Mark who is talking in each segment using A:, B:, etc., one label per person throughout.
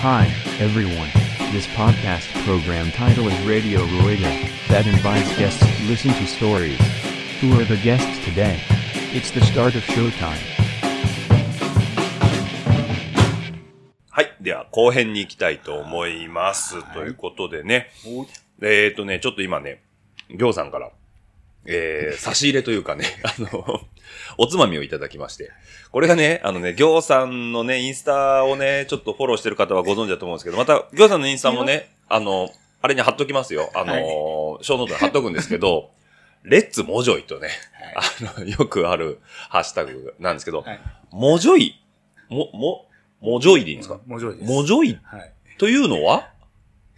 A: Hi, everyone. This podcast program title is Radio Rueda, that invites guests to listen to stories. Who are the guests today? It's the start of showtime.
B: はい。では、後編に行きたいと思います。ということでね。えっ、ー、とね、ちょっと今ね、りょうさんから、 えー、差し入れというかね、 あの、おつまみをいただきまして。これがね、あのね、りょうさんのね、インスタをね、ちょっとフォローしてる方はご存知だと思うんですけど、また、りょうさんのインスタもね、あの、あれに貼っときますよ。あの、
C: はい
B: ショーノートに貼っとくんですけ ど、レッツモジョイとね、あの、よくあるハッシュタグなんですけど、
C: はい。
B: モジョイ、も、も、モジョイでいいんですか
C: もう上位です。
B: モジョイ
C: はい。
B: というのは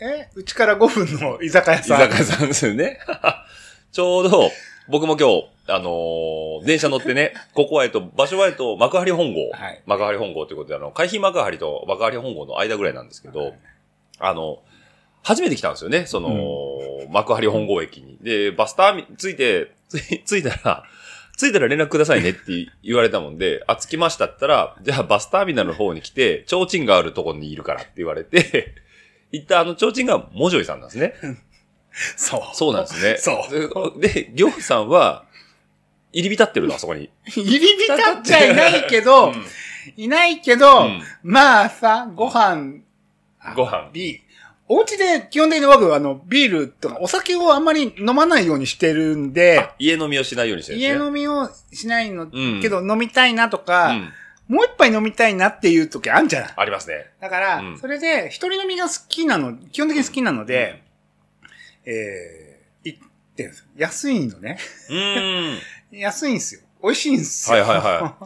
C: え、うちから5分の居酒屋
B: 居
C: さん。
B: 酒屋さんですよね。 ちょうど、僕も今日、あのー電車乗ってね、ここはえっと、場所はえっと、幕張本郷。
C: はい
B: 幕張本郷ということで、あの、海浜幕張と幕張本郷の間ぐらいなんですけど、
C: はい
B: あの、初めて来たんですよね、その、幕張本郷駅に。で、バスターミ、ついて、つい、ついたら、着いたら連絡くださいねって言われたもんで、あ、着きましたって言ったら、じゃあバスターミナルの方に来て、提灯があるところにいるからって言われて、 行ったあの提灯がモジョイさんなんですね。
C: そう。
B: そうなんですね。。
C: そう
B: で、りょうさんは、入り浸ってるの、あそこに。
C: 入り浸っちゃいないけど、いないけ
B: う
C: ど、
B: ん
C: まあさ、ご飯、あ
B: ご飯
C: ビお家で基本的に僕、あの、ビールとかお酒をあんまり飲まないようにしてるんで、
B: 家飲みをしないようにしてるんで
C: 家
B: すね。
C: 飲みをしないの、
B: ん
C: けど飲みたいなとか、
B: うん
C: もう一杯飲みたいなっていう時あるじゃない。
B: ありますね。
C: だから、
B: うん
C: それで、一人飲みが好きなの、基本的に好きなので、えー、行ってるんですよ。安いのね。
B: うーん。
C: 安いんですよ。美味しいんです
B: は
C: よ。
B: いはいは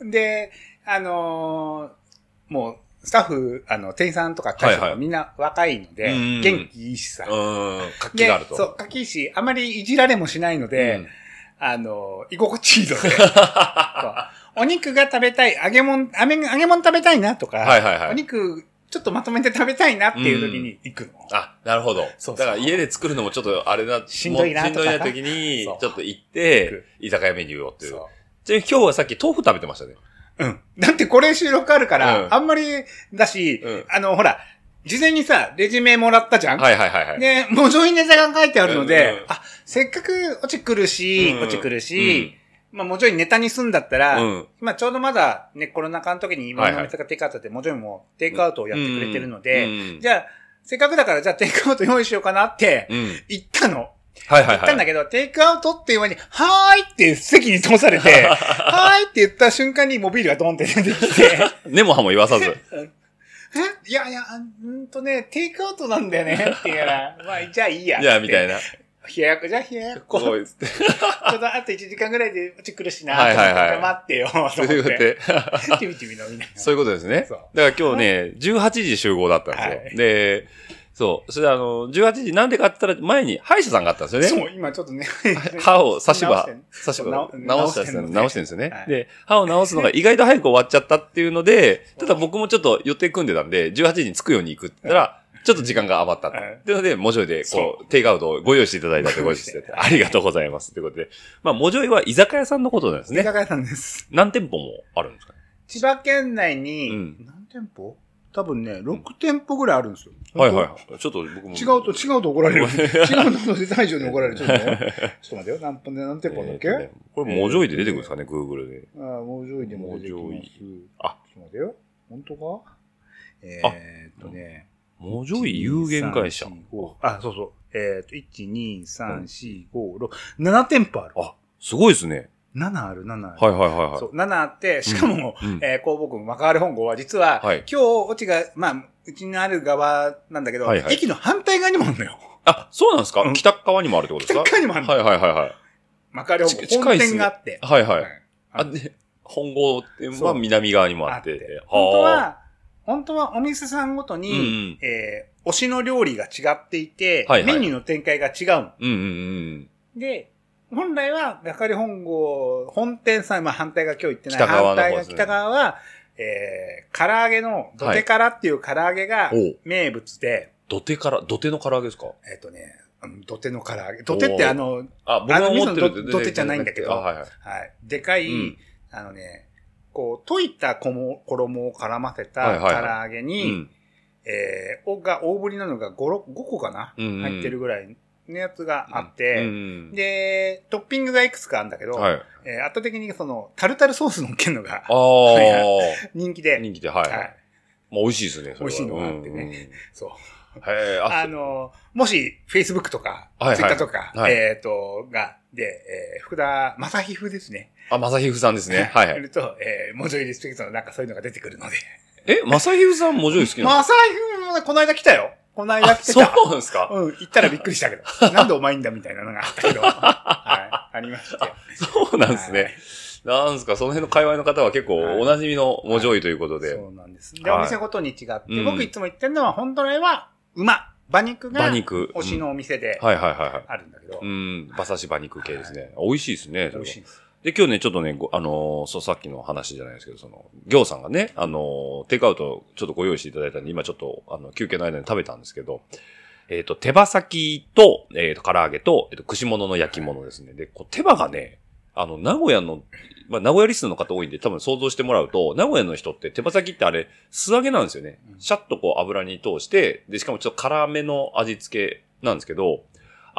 C: で、あのーもう、スタッフ、あの、店員さんとか会社
B: はい
C: も
B: はい
C: みんな若いので、
B: うん
C: 元気いいしさ。
B: うーん。活気
C: で
B: があると。
C: そう、かきいし、あまりいじられもしないので、
B: うん
C: あのー居心地い いので。そうお肉が食べたい、揚げ物、揚げ揚げ物食べたいなとか、
B: はいはいはい
C: お肉、ちょっとまとめて食べたいなっていう時に行くの。
B: あ、なるほど。
C: そうそう
B: だから家で作るのもちょっとあれだ、
C: しんどいな
B: もうしんどいな
C: とかさ
B: 時に、
C: そう
B: ちょっと行っ
C: 行
B: て
C: く、
B: 居酒屋メニューをっていう。
C: そ
B: ちなみに今日はさっき豆腐食べてましたね。
C: う。うん。だってこれ収録あるから、
B: うん
C: あんまりだし、
B: うん
C: あの、ほら、事前にさ、レジュメもらったじゃん、
B: はいはいはいはい。
C: で、もう上位ネタが書いてあるので、
B: うんうん
C: あ、せっかく落ち来るし、
B: うん
C: 落ち来るし、まあもうちょいネタにすんだったら、
B: うん
C: 今ちょうどまだね、コロナ禍の時に今
B: はい
C: の
B: はい
C: ネタがテイクアウトで、もうちょいもテイクアウトをやってくれてるので、
B: うん
C: じゃあ、せっかくだからじゃあテイクアウト用意しようかなって
B: うん。
C: 言ったの。
B: はいはい
C: 言ったん
B: は
C: だ
B: い。
C: けど、テイクアウトっていう前に、はーいって席に通され て、はーいって言った瞬間にもうビールがドンって出てきて、
B: 根も葉も言 わさず。
C: えいやいや、あうんとね、テイクアウトなんだよねって言うから、まあじゃあいいや。
B: じゃあ、みたい
C: な。
B: な。
C: 冷ややこじゃあ冷ややこ。
B: こ
C: ちょ
B: こ
C: っ
B: 行って。
C: とあと1時間ぐらいで落ち来るしな。
B: はいはいはい
C: ちょっと待ってよ。と 思
B: そういうこ
C: っ
B: と
C: て。
B: で。
C: ちびちび飲みながら。
B: そういうことですね。
C: そう
B: だから今日ね、18時集合だったんですよ。
C: はい
B: で、そう。それであの、18時なんでかって言ったら、前に歯医者さんがあったんですよね。
C: そう、今ちょっとね。
B: 歯を差し
C: 直
B: 歯
C: てん、
B: 差し歯
C: 直、
B: 直したんですよね。直
C: 直
B: し
C: してて
B: るんですよね。
C: はい
B: で、歯を直すのが意外と早く終わっちゃったっていうので、 ただ僕もちょっと予定組んでたんで、18時に着くように行くって言ったら、ちょっと時間が余ったって。
C: はい
B: っていうので、モジョイで、こ、
C: そう
B: テイクアウトをご用意していただいたとご用意してい ただいて、ありがとうございます。ということで。まあ、モジョイは居酒屋さんのことなんです
C: 居
B: ね。
C: 酒屋さんです。
B: 何店舗もあるんですかね。
C: 千葉県内
B: う
C: に
B: ん、
C: 何店舗多分ね、6店舗ぐらいあるんですよ。
B: はいはい。ちょっと僕も。
C: 違うと、違うと怒られる。 違うとデザイン上に怒られる。ちょっ とねちょっと待ってよ。何分で何店舗だっけ、
B: えーとねこれ、モジョイで出てくるんですかね、Google で。
C: ああ、もう上位でも出てき
B: もう上
C: ます
B: 位。あ
C: ちょっと待ってよ。本当かえー、っとね。
B: モジョイ有限会社。。
C: あ、そうそう。えー、っと、1、2、3、4、5、6、7店舗ある。
B: あ、すごいですね。
C: 7ある、7ある。
B: はいはいはいはい
C: そう、7あって、しかも、
B: うんうん
C: えー、こう僕、幕張本郷は実は、
B: はい
C: 今日、オチが、まあ、うちのある側なんだけど、
B: はいはい
C: 駅の反対側にもあるのよ。
B: あ、そうなんですか、
C: うん
B: 北側にもあるってことです
C: 北
B: か
C: 側にもあるの。
B: はいはいはいはい。
C: 幕張本
B: ち
C: 郷、
B: 近い
C: 本
B: っすね
C: 店があって。
B: はいはい。
C: はい
B: あ、で、本郷店
C: そ
B: は
C: う
B: 南側にもあ
C: あ
B: っ。
C: ってて。
B: あ
C: 本当は、本当はお店さんごとに、
B: うんうん
C: えー推しの料理が違っていて、
B: はいはい
C: メニューの展開が違うの。
B: うんうんうん。
C: で、本来は、中里本郷、本店さん、まあ反対が今日行ってない。
B: 北側の方
C: 反対
B: で
C: が
B: すね
C: 北側は、えー、唐揚げの、土手からっていう唐揚げが
B: おう
C: 名物で、
B: 土手から、土手の唐揚げですか
C: えっ、とね、あの土手の唐揚げ。土手ってあの、
B: あ、僕が思って
C: あの
B: る
C: 味噌の土手じゃないんだけど
B: あ、はいはい。
C: はい、でかい、
B: うん
C: あのね、こう、溶いたこも衣を絡ませ
B: はい
C: た
B: はい
C: 唐
B: は
C: 揚げに、
B: うん。
C: えー、おが大ぶりなのが 5, 5個かな、
B: うんうん
C: 入ってるぐらいのやつがあって、
B: うん
C: で、トッピングがいくつかあるんだけど、
B: はい。
C: えー圧倒的にその、タルタルソースのっけるのが
B: あ
C: い
B: あ、
C: 人気で、
B: 人気で、はい。
C: は
B: まあ
C: い、
B: 美味しいですね、それは
C: 美味しいのがあってね。そう。
B: うんうんへえ、あ、
C: あの、もし、Facebook とか、
B: はいはい
C: Twitter とか、
B: はい
C: えっ、と、が、で、えー福田正ひ風ですね。
B: あ、まさひふさんですね。 はいは
C: す
B: い。
C: ると、えー、モジョイリスペクトのなんかそういうのが出てくるので。
B: え、まさひふさんもジョイ好きなの
C: 正ひ風もね、この間来たよ。この間
B: あ、
C: 来て
B: そう
C: た。
B: なんですか
C: うん、行ったらびっくりしたけ ど。なんでお前んだみたいなのがあったけど。はい、ありまして。
B: そうなんです
C: は
B: ね
C: い。
B: なんですか、その辺の界隈の方は結構
C: はい
B: お馴染みのモジョイということで
C: そ、うなんです。で、
B: はい
C: お店ごとに違って、
B: うん
C: 僕いつも言ってるのは、本来は、馬、馬肉が
B: 馬
C: 推
B: 肉。
C: しのお店で
B: うんはいはいはいはい。
C: あるんだけど、
B: うん、馬刺し馬肉系ですね。美味しいですね。それ
C: 美
B: は
C: 味しいんです。
B: で、今日ね、ちょっとね、ごあのーそう、さっきの話じゃないですけど、その、行さんがね、あのーテイクアウトちょっとご用意していただいたんで、今ちょっと、あの、休憩の間に食べたんですけど、えっ、と、手羽先と、えっ、と、唐揚げと、えっ、と、串物の焼き物ですね。で、こう、手羽がね、あの、名古屋の、まあ、名古屋リスナーの方多いんで、多分想像してもらうと、名古屋の人って手羽先ってあれ、素揚げなんですよね。
C: うん
B: シャッとこう油に通して、で、しかもちょっと辛めの味付けなんですけど、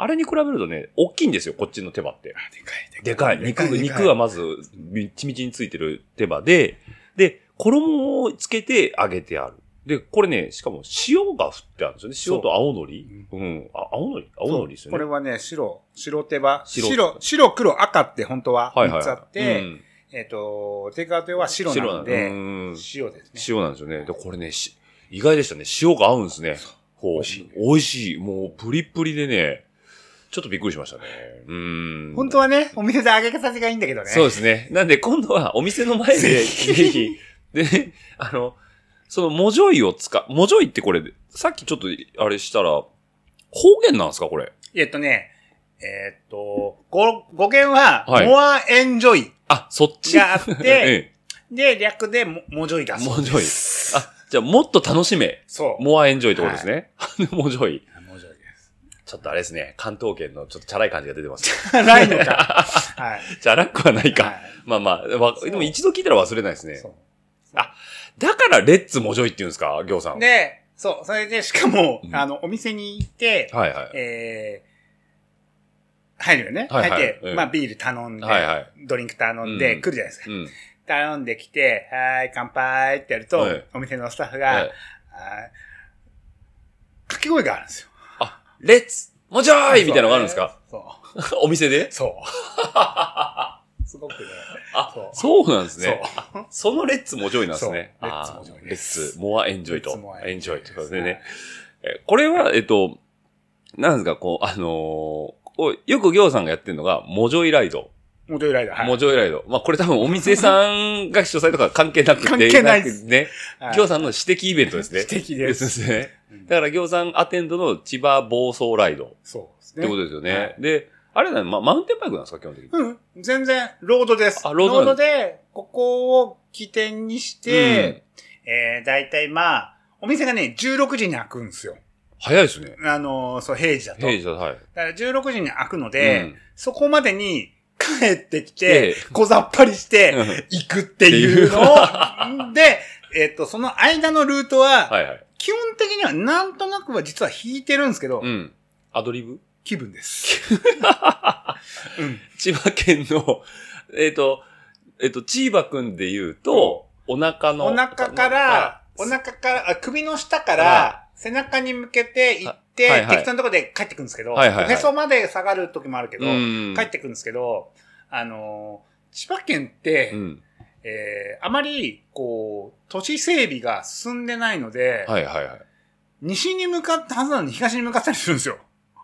B: あれに比べるとね、大きいんですよ、こっちの手羽って。
C: あでかい、
B: でかい。肉、
C: でか
B: 肉はまず、みちみちについてる手羽で、で、衣をつけて揚げてある。で、これね、しかも塩が振ってあるんですよね。塩と青のり。うん。あ、青のり青のりです
C: そう
B: よね。
C: これはね、白、白手羽。
B: 白
C: 白、白、黒、赤って本当は3つあって、
B: うん
C: えっ、と、テイクアウト用は白なので、
B: うん
C: 塩ですね。
B: 塩なんですよね。で、これね、し意外でしたね。塩が合うんですね。ほう
C: 美味しい
B: 美味しい。もう、プリップリでね、ちょっとびっくりしましたね。うん。
C: 本当はね、お店で揚げ方がいいんだけどね。
B: そうですね。なんで今度はお店の前で、ぜひ、で、あの、その、もじょいを使う、もじょいってこれ、さっきちょっと、あれしたら、方言なんですかこれ。
C: えっとね、えっ、と、語語源は、
B: はい
C: モアエンジョイ
B: あ、そっち。
C: があって、
B: え
C: で、略でモモジョイだ
B: え、
C: そう
B: も
C: で
B: じ
C: す。
B: ょい。あ、じゃあ、もっと楽しめ。
C: そう。
B: モアエンジョイってことですね。もじょい。
C: モジョイ です。
B: ちょっとあれですね。関東圏のちょっとチャラい感じが出てます。
C: ないのか。はい。
B: チャラくはない
C: は
B: か。
C: い
B: まあまあ、わ
C: そう
B: でも一度聞いたら忘れないですね
C: そ。う
B: だから、レッツもじょいって言うんですか行さん。
C: で、そう、それで、しかも、
B: うん
C: あの、お店に行って、
B: はいはい。
C: えー、入るよね。
B: はいはい
C: 入って、
B: うん
C: まあ、ビール頼んで、
B: はいはい
C: ドリンク頼ん
B: う
C: で、
B: ん
C: 来るじゃないですか。
B: うん。
C: 頼んできて、はーい、乾杯ってやると、
B: はい
C: お店のスタッフ
B: はい
C: が、あー掛け声があるんですよ。
B: あ、レッツもじょーいみたいなのがあるんですか
C: そう。
B: お店で
C: そう。すごくね。
B: あ
C: そう、
B: そうなんです
C: そう
B: ね。。あそのレッツもジョイなんですね。
C: そう
B: あー
C: レッツ
B: レッツ、モアエンジョイ
C: レッ
B: と
C: ツモア。
B: エ
C: エ
B: ン
C: ン
B: ジ
C: ジ
B: ョ
C: ョ
B: イ
C: イ
B: ということでね。えこれは、えっと、なんですか、こう、あのーこうよく行さんがやってるのが、モジョイライド。
C: モジョイライダー。
B: モジョイライド。まあ、これ多分お店さんが主催とか関係なくて。
C: 関係ないです
B: くね。
C: はい
B: 行さんの私的イベントですね。
C: 私的です
B: ね。
C: うん
B: だから行さんアテンドの千葉暴走ライド。
C: そうです
B: っ
C: ね。
B: てことですよね。
C: はい
B: で、あれだね、ま、マウンテンバイクなんですか、基本的に。
C: うん。全然、ロードです。
B: あロー
C: ロー
B: ド
C: ド
B: なん
C: で、ここを起点にして、えー、だいたいまあ、お店がね、16時に開くんですよ。
B: 早いですね。
C: あのーそう、平時だと。
B: 平時だ、はい。
C: だから16時に開くので、
B: うん
C: そこまでに帰ってきて
B: ええ、
C: 小ざっぱりして
B: うん、
C: 行くっていうのを、で、えっ、と、その間のルートは、
B: はい はい。
C: 基本的にはなんとなくは実は引いてるんですけど、
B: うん。アドリブ
C: 気 分です。うん
B: 千葉県の、 えっ、と、えっ、と、千葉くんで言うと、お腹の。
C: お腹か
B: あ
C: ら、お腹から、あ首の下か
B: は
C: ら、背中に向けて行って、
B: はいはい
C: 適当なところで帰ってくるんですけど、
B: はいはいはい
C: おへそまで下がる時もあるけど、
B: うん。
C: 帰ってくるんですけど、あのー、千葉県っ
B: う
C: て、
B: ん。
C: えーあまり、こう、都市整備が進んでないので、
B: はいはいはい。
C: 西に向かったはずなのに東に向かったりするんですよ。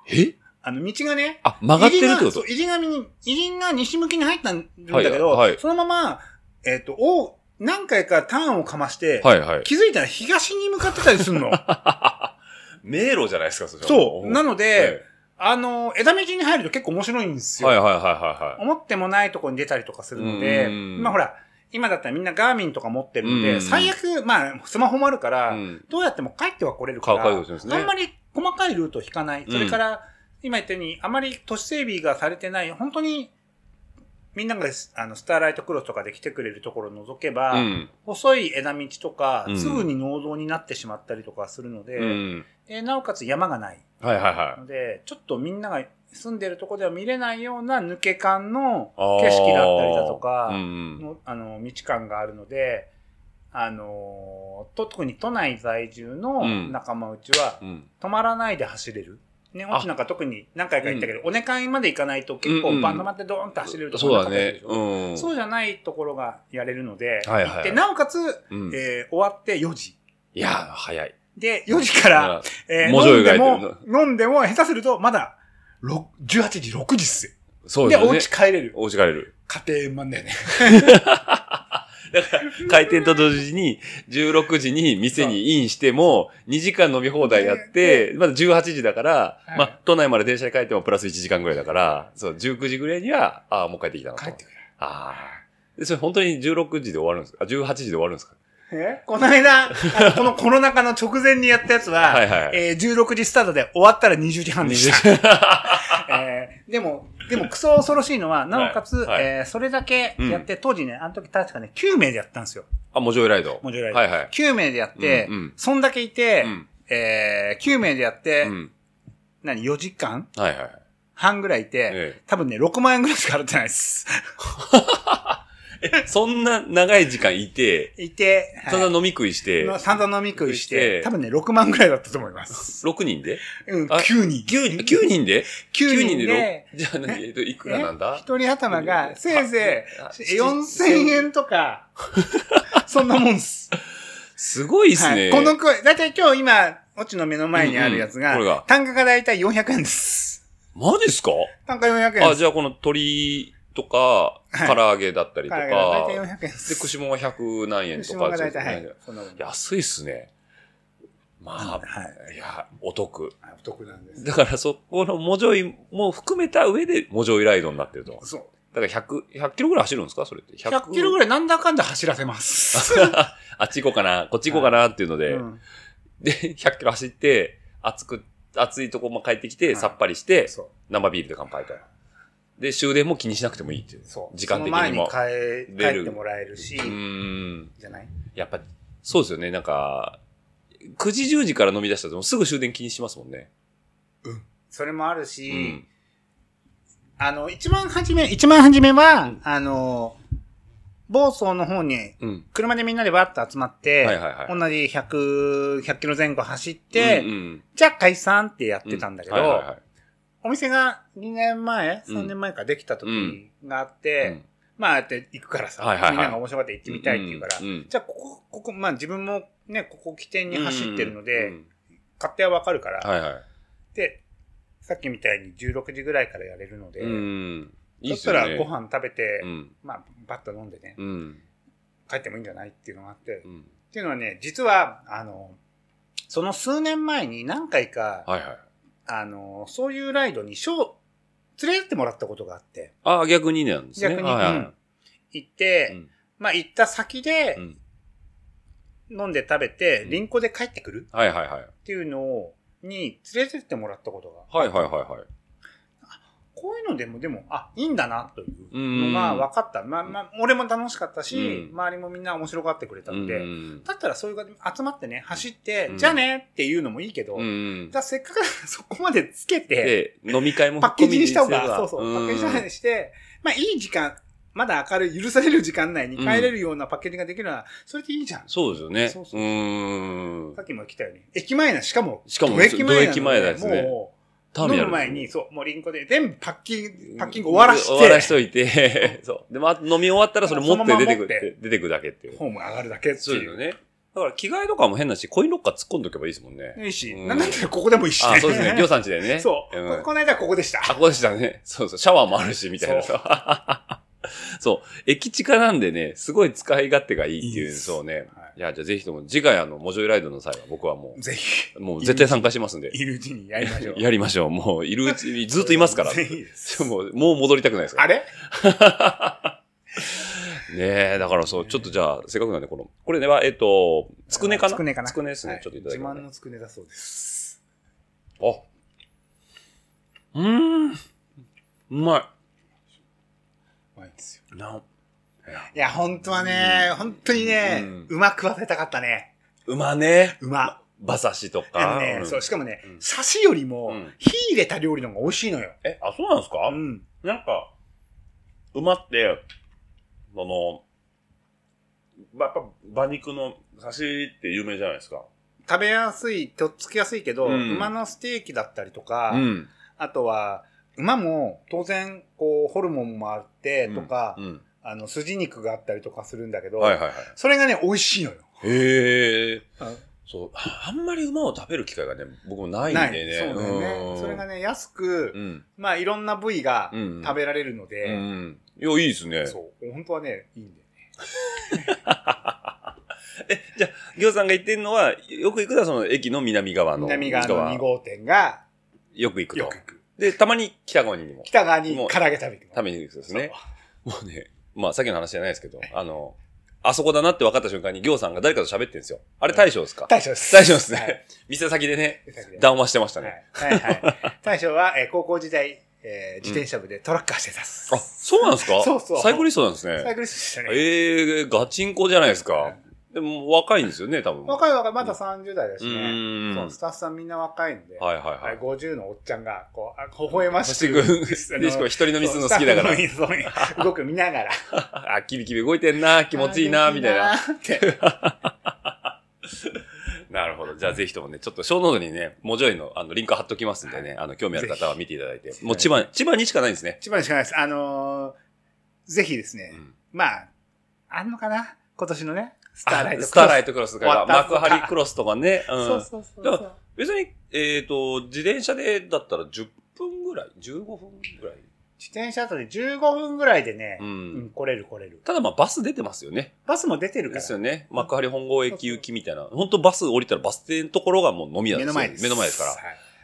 B: え
C: あの、道がね、
B: あ、曲がってるってこと
C: 入りがそう入りがみ入りが西向きに入ったんだけど、
B: はいはい
C: そのまま、えっ、と、お、何回かターンをかまして、
B: はいはい。
C: 気づいたら東に向かってたりする の。
B: 迷路じゃないですか、それは
C: そう。なので、
B: え
C: あの、枝道に入ると結構面白いんです
B: え
C: よ。
B: はいはいはいはいはい。
C: 思ってもないとこに出たりとかするの
B: う
C: で、
B: ん
C: まあほら、今だったらみんなガーミンとか持ってるの
B: うん
C: で、最悪、まあスマホもあるから、
B: うん。
C: どうやっても帰っては来れるから、
B: 帰っては来れるんですね
C: あんまり細かいルート引かない。
B: うん
C: それから、今言ったように、あまり都市整備がされてない、本当に、みんながすあのスターライトクロスとかで来てくれるところを除けば、
B: うん。
C: 細い枝道とか、
B: うん
C: すぐに農道になってしまったりとかするので、
B: うん。
C: でなおかつ山がない
B: はいはいはい。
C: ので、ちょっとみんなが住んでるとこでは見れないような抜け感の
B: あー
C: 景色だったりだとか、
B: うん。
C: のあの道感があるので、あのーと特に都内在住の
B: うん
C: 仲間内は
B: うん。
C: 止まらないで走れる。ね、
B: あ
C: オチなんか特に何回か行ったけど、おねかいまで行かないと結
B: うんう
C: 構
B: ん
C: バン止まってドーンって走れるとこ
B: そ
C: ろ
B: うだね。
C: ね
B: うん。
C: そうじゃないところがやれるので、
B: はいはい
C: 行ってなおかつ、
B: うん
C: えー終わって4時。
B: いや、早い。
C: で、4時から、えー
B: もうちょい
C: 飲んで
B: 描い
C: も、飲んでも、下手するとまだ、ろ18時6時っすよ。
B: そうで
C: で、
B: すよ
C: お
B: ね
C: 家。帰れる。
B: お家帰れる。
C: 家庭満だよね。
B: 開店と同時に、16時に店にインしても、2時間飲み放題やって、まだ18時だから、
C: はい
B: まあ、都内まで電車で帰ってもプラス1時間ぐらいだから、そう、19時ぐらいには、ああ、もう帰ってきたなと。
C: 帰ってくる。
B: ああ。でそれ本当に16時で終わるんですかあ、18時で終わるんですか
C: えこの間、あのこのコロナ禍の直前にやったやつは、
B: はいはいはい
C: えー16時スタートで終わったら20時半でした。
B: 20
C: えーでも、でもクソ恐ろしいのは、なおかつ、
B: はいはい
C: えーそれだけやって、当時ね、あの時確かね、9名でやったんですよ。
B: あ、モジョイライド。
C: モジョイライド
B: はいはい。
C: 9名でやって、
B: うんうん
C: そんだけいて、
B: うん。
C: えー9名でやって、
B: うん。
C: 何、4時間
B: はいはい。
C: 半ぐらいいて、
B: え
C: 多分ね、6万円ぐらいしか払ってないです。
B: えそんな長い時間いて、
C: いて、はい
B: ただ飲み食いして、
C: の散々飲み食いし
B: して
C: て、多分ね、6万ぐらいだったと思います。
B: 6人で
C: うん、
B: あ
C: 9人。
B: 9, 9人で
C: 9
B: ?9
C: 人
B: 人
C: で
B: で6、じゃあ何、えっと、いくらなんだ
C: 一人頭が、せいぜ
B: あ
C: い4000円 とか、そんなもんっす。
B: すごいです
C: は
B: ね。
C: い。このくらい、だいたい今日今、オチの目の前にあるやつ
B: うんうんこれ
C: が
B: が、
C: 単価がだいたい400円です。
B: マジっすか
C: 単価400円
B: あ、
C: です。
B: じゃあこの鶏とか、
C: はい
B: 唐揚げだったりと
C: だ
B: か、
C: いたい400円で
B: で、
C: す。
B: 串もが100何円と
C: 串
B: か
C: もがだいたい、はい。そんなもんです。
B: 安いっすね。ま
C: はい。
B: あ、いや、お得。
C: お得なんです。
B: だからそこのモジョイも含めた上でモジョイライドになってると。
C: そう。
B: だから100、100キロぐらい走るんですかそれって。
C: 100キロぐ
B: らい。
C: らいなんだかんだ走らせます。
B: あっち行こうかな、こっち行こうかなっていうの
C: う
B: で、
C: ん
B: で、100キロ走って、暑く、暑いとこも帰ってきて、
C: い
B: さっぱりして、
C: そう。
B: 生ビールで乾杯と。で、終電も気にしなくてもいいっていう。
C: そう。
B: 時間的にも
C: その前に帰帰ってもらえるし
B: う、ーん。
C: じゃない
B: やっぱ、そうですよね。なんか、9時10時から飲み出したらすぐ終電気にしますもんね。
C: それもある
B: う
C: し、
B: ん。
C: あの、一番初め、一番初めは、あの、房総の方に、
B: うん。
C: 車でみんなでわーっと集まって、
B: はいはいはい
C: 同じ100、100キロ前後走って、
B: うんうん
C: じゃあ解散ってやってたんだけど、
B: うはいはいはい
C: お店が2年前、
B: うん
C: 3年前かできた時があって、
B: うん
C: まあ、やって行くからさ、
B: はいはいはい
C: みんなが面白かったら行ってみたいって言うから、
B: うんうん
C: じゃあ、ここ、ここ、まあ自分もね、ここを起点に走ってるので、
B: うん
C: 勝手はわかるから、
B: はいはい。
C: で、さっきみたいに16時ぐらいからやれるので、
B: うん。いい
C: そ
B: っ
C: し
B: す
C: た
B: よね。
C: らご飯食べて、
B: うん。
C: まあ、バッと飲んでね、
B: うん。
C: 帰ってもいいんじゃないっていうのがあって、
B: う
C: っ
B: ん。
C: ていうのはね、実は、あの、その数年前に何回か、
B: はいはい。
C: あの、そういうライドにショー、連れてってもらったことがあって、
B: ああ、逆にねなんですね。
C: 逆に、
B: はいは
C: うん
B: い
C: 行って、
B: うん
C: まあ行った先で、
B: うん
C: 飲んで食べて
B: う、ん
C: リンコで帰ってくる
B: はいはいはい。
C: っていうのを、に連れてってもらったことが、
B: はいはいはいはい。
C: こういうのでも、でも、あ、いいんだな、という
B: うん
C: のが分かった。まあまあ、俺も楽しかったし、
B: うん
C: 周りもみんな面白がってくれたので、
B: うん
C: だったらそういう感じ集まってね、走って、
B: うん
C: じゃあねっていうのもいいけど、
B: うんうん。
C: じゃあせっかくそこまでつけて、
B: で、飲み会も
C: パッケージにした方
B: 含
C: が、
B: み
C: そう
B: にす
C: そ
B: れ
C: う、
B: ば
C: パッケージした方にして、まあいい時間、まだ明るい、許される時間内に帰れるようなパッケージができるなら、それでいいじゃん。
B: そうですよね。
C: そうそうそう
B: ーん
C: さ。っきも言ってたよね。駅前な、しかも、
B: しかも
C: 土駅前なの
B: 土駅前ですね
C: も
B: タ
C: う、飲む
B: ル
C: 前に、そう、もうリンコで全部パッキング、パッキング終わらして、
B: 終わらしといて、そう。で、まあ、飲み終わったらそれ持
C: そ
B: っ
C: のま
B: て
C: ま
B: 出て
C: 持
B: く
C: っ
B: る
C: て、
B: 出てくるだけっていう。
C: ホーム上がるだけって
B: そういう
C: い
B: の
C: う。
B: ね。だから着替えとかも変だし、コインロッカー突っ込んどけばいいですもんね。
C: いいし、
B: うん
C: なんだったらここでもいいし、
B: あ、そうですね。りょうさんちだよね。
C: そう、
B: ん
C: ここの間はここでした。
B: あ、ここでしたね。そうそう、シャワーもあるし、みたいなさ。 そう駅地下なんでね、すごい使い勝手がいいっていう、
C: いいです
B: そうね。
C: はい
B: や、じゃあぜひとも、次回あの、モジョイライドの際は僕はも
C: いぜひ、
B: う、もう絶対参加しますんで。
C: いるうちにやり ましょう。
B: やりましょう。もう、いるうち にずっといますから。
C: ぜひです
B: もう、もう戻りたくないですから。
C: あれ
B: ねえ、だからそう、ちょっとじゃあ、せっかくなんで、この、これでは、えっと、つくねかな
C: つくねかな。
B: つくねですね。
C: はい
B: ちょっといただき
C: 自
B: ま
C: 慢
B: す、
C: のつくねだそうです。
B: あ。うーん。うまい。
C: うないんですよ。
B: な、
C: いや、本当はね、本当にね、
B: うん
C: 馬食わせたかったね。
B: 馬ね。
C: 馬。
B: 馬刺しと
C: あ
B: か。
C: のね、
B: うん
C: そう、しかもね
B: うん、
C: 刺しよりも
B: うん、
C: 火入れた料理の方が美味しいのよ。
B: え、あ、そうなんですか、
C: うん。
B: なんか、馬って、その、まやっぱ馬肉の刺しって有名じゃないですか。
C: 食べやすい、とっつきやすいけど、
B: うん
C: 馬のステーキだったりとか、
B: ん。
C: あとは、馬も当然、こう、ホルモンもあって、とか、
B: うん。
C: あの、筋肉があったりとかするんだけど、
B: はいはいはい。
C: それがね、美味しいのよ。
B: へえ。
C: うん
B: そう。ああんまり馬を食べる機会がね、僕もないん
C: ない。
B: でね。
C: そうだよ
B: ん
C: ね。それがね、安く、
B: うん。
C: まあ、いろんな部位が
B: うん
C: 食べられるので、
B: うん。いや、いいですね。
C: そう。本当はね、いいんだよね。
B: え、じゃあ、行さんが言ってるのは、よく行くのはその駅の南側の。
C: 南側の2号店が、
B: よく行く
C: よ
B: と
C: く。行く。
B: で、たまに北側にも
C: 北側に唐揚げ食べて
B: 食べに行くんですね。もうね、まあさっきの話じゃないですけど、あの、あそこだなって分かった瞬間に行さんが誰かと喋ってるんですよ。あれ大将ですか
C: 大将です。
B: 大将ですね。
C: はい。
B: 店先でね、
C: 店先で
B: 談話してましたね。
C: はいはいはい。大将は、えー高校時代、えー自転車部でトラッカーしてたっす。
B: あ、そうなんですか
C: そうそう
B: サイクリストなんです
C: サイ
B: ね。
C: クリストでしたね。
B: ええガチンコじゃないです
C: は
B: か
C: い。
B: でも若いんですよね、多分。
C: 若い若い、まだ30代だし
B: う
C: ね。
B: ーん。
C: そう
B: は
C: スタッフさんみんな若いんで、
B: いはいは
C: はい
B: い。
C: 50のおっちゃんが、こうあ、微笑まし
B: 走
C: く
B: ってくる。
C: あの
B: でしこ一人飲みするの好きだから。
C: そうスタッフのそう動く見ながら。
B: あ、キビキビ動いてんな、気持ちいいな、みたいな。
C: あー。気持ちいいなーって
B: なるほど。じゃあぜひともね、ちょっと小ノートにね、もうちょいのあのリンク貼っときますんでね、あの、興味ある方は見ていただいて。もう千葉、千葉にしかないんですね。
C: 一番しかないです。あのー、ぜひですね、
B: うん
C: まあ、あんのかな今年のね、スターライト
B: あスターライトクロスと
C: 終わ
B: か、
C: った
B: 幕張クロスとかね。うん。
C: そうそうそうそう。
B: 別に、えっ、と、自転車でだったら10分ぐらい ?15 分ぐらい
C: 自転車だとね、15分ぐらいでね、
B: う
C: うんん、来れる来れる。
B: ただまあバス出てますよね。
C: バスも出てる
B: で
C: から。
B: すよね。幕張本郷駅行きみたいな。本当バス降りたらバス停のところがもう飲み屋
C: 目
B: です
C: の
B: よ
C: 前です。
B: 目の前ですから。
C: は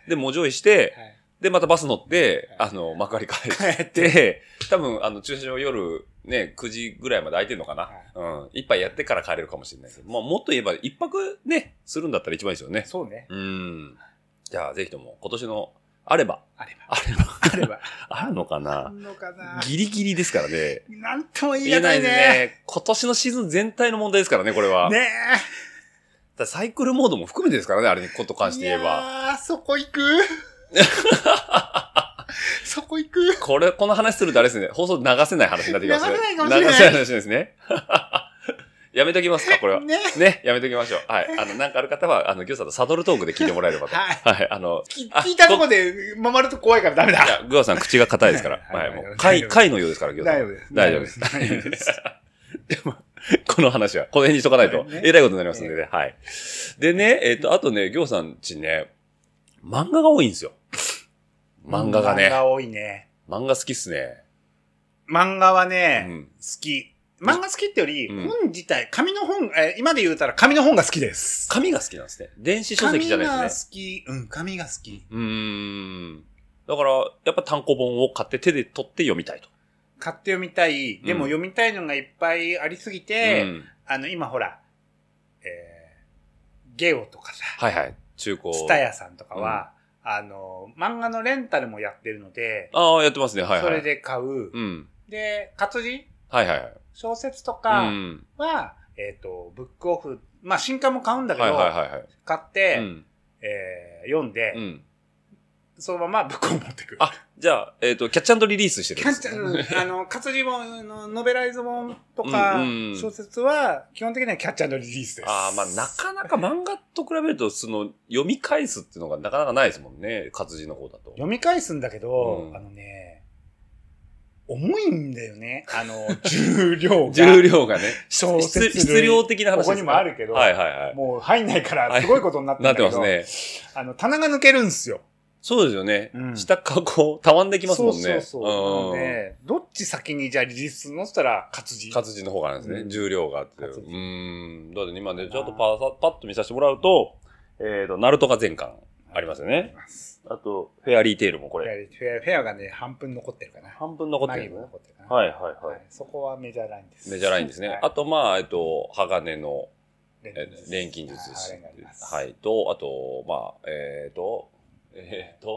B: で、もう上位して、
C: い。
B: で、またバス乗って、
C: は
B: あの、幕張帰って。
C: はい、帰って。
B: で、多分、あの、駐車場夜、ね、9時ぐらいまで空いてるのかな、うん。一杯やってから帰れるかもしれないけど、まあ、もっと言えば、一泊ね、するんだったら一番いいですよね。
C: そうね。
B: うん。じゃあ、ぜひとも、今年の、あれば、
C: あれば。
B: あれば、
C: あれば。
B: あるのか
C: あ
B: なん
C: のかな
B: ギリギリですからね。
C: なんとも言
B: 言
C: え
B: えな
C: ないい
B: で
C: ね。
B: す
C: ね
B: ね。今年のシーズン全体の問題ですからね、これは。
C: え。
B: だからサイクルモードも含めてですからね、あれにこと関して言え
C: い
B: ば。
C: やーそこ行くそこ行く
B: これ、この話するとあれですね、放送流せない話になってきますね。
C: 流せないかもしれない
B: 流せない話ですね。 やめときますか、これは。
C: ね
B: ね、やめときましょう。はい。あの、なんかある方は、あの、ギョさんとサドルトークで聞いてもらえればと。
C: はい
B: はい。あの、
C: き
B: あ
C: 聞いたとこで回ると怖いからダメ
B: い
C: だ。
B: や、グアさん口が硬いですから。
C: は
B: はいい。もう、
C: 大
B: 貝、
C: 丈夫
B: 貝のようですから、ギョさん。
C: 大丈夫です。
B: 大丈夫です。
C: 大丈 夫です。
B: この話は、この辺にしとかないと
C: はいね、
B: えらいことになりますんでね。はい。でね、えっと、あとね、ギョさんちね、漫画が多いんですよ。漫画が
C: 漫
B: ね。
C: 画多いね。
B: 漫画好きっすね。
C: 漫画は
B: う
C: ね、
B: ん。
C: 好き。漫画好きってより、
B: うん
C: 本自体、紙の本、えー今で言うたら紙の本が好きです。
B: 紙が好きなんですね。電子書籍じゃないですね。
C: 紙が好き。うん、紙が好き。
B: うーん。だから、やっぱ単行本を買って手で取って読みたいと。
C: 買って読みたい。でも
B: うん
C: 読みたいのがいっぱいありすぎて、
B: うん
C: あの、今ほら、えーゲオとかさ、
B: はいはい。中古。
C: ツタヤさんとかは、あの、漫画のレンタルもやってるので、
B: ああ、やってますね。はいはい。
C: それで買う。
B: うん。
C: で、活字
B: はいはいはい。
C: 小説と
B: う
C: か
B: ん。
C: は、えっ、と、ブックオフ、まあ、新刊も買うんだけど、
B: はいはいはいはい。
C: 買って、
B: うん。
C: えー読んで、
B: うん。
C: そのままブックを持ってくる。
B: あじゃあ、えっ、と、キャッチリリースしてる
C: キ
B: んで
C: ャン
B: す
C: チャー、あの、活字本の、ノベライズ本とか
B: うんうんうん、
C: 小説は、基本的にはキャッチャーのリリースです。
B: ああ、まあ、なかなか漫画と比べると、その、読み返すっていうのがなかなかないですもんね。活字の方だと。
C: 読み返すんだけど、
B: うん
C: あのね、重いんだよね。あの、重量が。
B: 重量がね。
C: 小
B: 質
C: 説類
B: 質量的な話です
C: ここにもあるけど
B: はいはいはい。
C: もう入んないから、すごいことになって
B: な
C: るんだ
B: って
C: け
B: ま
C: ど
B: すね。
C: あの、棚が抜けるんですよ。
B: そうですよね。
C: うん
B: 下からこう、たわんできますもんね。
C: そうそうそう。
B: ん
C: で、どっち先にじゃあリリースするのって言ったら、活字。
B: 活字の方がなんですね。
C: うん
B: 重量があって。う
C: 活字
B: ーん。だって今ね、ちょっとパーサパッと見させてもらうと、えっ、と、ナルトが全巻ありますよ
C: あり
B: ね。
C: ます
B: あと、フェアリーテイルもこ
C: フェア
B: れ。
C: リーフェアフェアがね、半分残ってるかな。
B: 半分残って
C: マ
B: る
C: ギ
B: よ
C: も
B: ね。
C: 残ってるかな。
B: はいはいは
C: はいい。そこはメジャーラインです。
B: メジャーラインですね。あ
C: あ
B: と、まあ、えっと、鋼のえ錬金術師。
C: はいありがとうございます
B: はい。と、あと、まあ、えっ、と、えっ、と、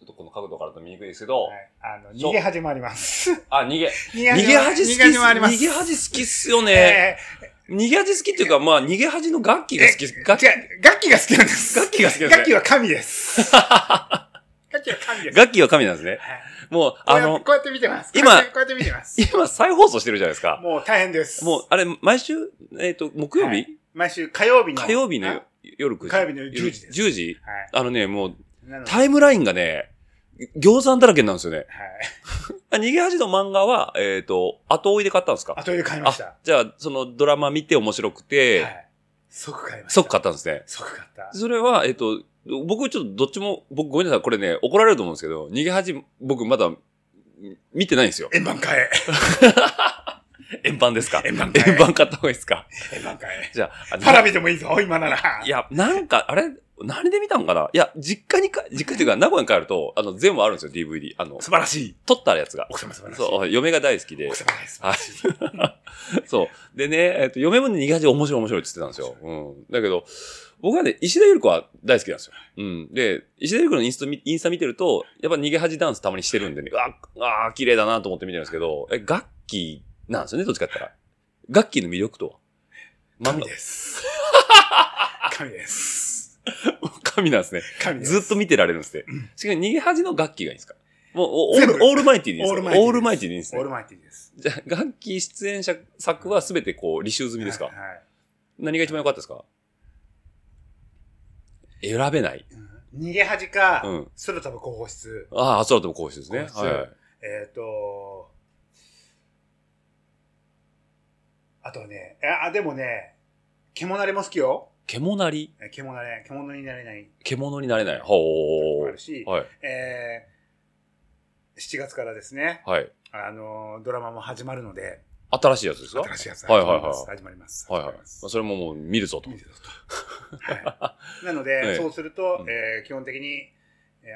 B: ょっとこの角度からだと見にくいですけど、
C: はい。あの、逃げ始まります。
B: あ、逃げ。
C: 逃げ
B: 逃げ恥好きっす。
C: 逃げ始まります。
B: 逃げ恥好きっすよね。
C: え
B: 逃げ恥好きっていうか、まあ、逃げ恥の楽器が好き。楽
C: ー、
B: 器
C: 違、う、楽器が好きなんです。
B: 楽器が好きなんですね
C: 楽器は 神です。楽器は神です。
B: 楽器は神なんですね。
C: はい
B: もう、
C: こう
B: あ
C: やって
B: の
C: こ、うやって見てます。
B: 今
C: こうやってこうやって見てます。
B: 今再放送してるじゃないですか。
C: もう大変です。
B: もう、あれ、毎週、えっ、と、木曜日、
C: はい毎週火曜日の。
B: 火曜日の
C: はい
B: よ夜9時。
C: 火曜日の10時です
B: 10時あのね、もう、
C: なので。は
B: タイムラインがね、餃子だらけなんですよね。
C: い。
B: あ逃げ恥の漫画は、えっ、と、後追いで買ったんですか
C: 後で買いました。
B: じゃあ、そのドラマ見て面白くて、
C: はい。即買いました。
B: 即買ったんですね。
C: 即買った。
B: それは、えっ、と、僕ちょっとどっちも、僕ごめんなさい、これね、怒られると思うんですけど、逃げ恥、僕まだ、見てないん ですよ。
C: 円盤買え。
B: 円盤ですか
C: 円盤買え
B: 円盤買った方がいいですか
C: 円盤買え。
B: じゃあ、あ
C: パラビでもいいぞ、今なら。
B: いや、なんか、あれ、何で見たんかないや、実家にか、実家っていうか、名古屋に帰ると、あの、全部あるんですよ、DVD。あの、
C: 素晴らしい。
B: 撮ったやつが。
C: 奥様素晴らしい。
B: そう、嫁が大好きで
C: 奥。様です。
B: はい。 そう。でね、えっと、嫁もね、苦手面白い面白いって言ってたんですよ。うん。だけど、僕はね、石田ゆり子は大好きなんですよ。うん。で、石田ゆり子のインスト見インスタ見てると、やっぱ逃げ恥ダンスたまにしてるんでね、うわあー、綺麗だなと思って見てるんですけど、え、楽器なんですよね、どっちかって言ったら。楽器の魅力とは
C: 神
B: 漫
C: です。神です。
B: 画 神なんですね。
C: 神です。
B: ずっと見てられるんですって。しかも逃げ恥の楽器がいいんですかもうおオ
C: 全部
B: ール、オールマイティでいいんですかオ
C: オ
B: ー
C: ー
B: ル
C: ル
B: マ
C: マ
B: イ
C: イ
B: ティでいいんです
C: オー
B: ね
C: ル。マイティです。
B: じゃあ、楽器出演者作は全てこう、履修済みですか
C: はい。
B: 何が一番良かったですか選べない。
C: うん逃げ恥
B: う
C: か、
B: ん。
C: 空飛ぶ候補室。
B: ああ、空飛ぶ講師ですね。
C: 皇室
B: はい。
C: えっと、あとね、えあ、でもね、獣なれも好きよ。
B: 獣なり、
C: え獣なれ、獣になれない。
B: 獣になれない。ほ
C: もある
B: う。
C: し、
B: はい。
C: えー、7月からですね、
B: はい。
C: あのー、ドラマも始まるので、
B: 新しいやつですか
C: 新しいやつ
B: はい
C: 始
B: はい
C: ま
B: は
C: ります。
B: い。
C: 始まります。
B: はいはい
C: 始まり。ます
B: それももう見るぞと。
C: 見てたとはいなので、
B: ええ
C: そうすると、
B: うん
C: えー基本的に、え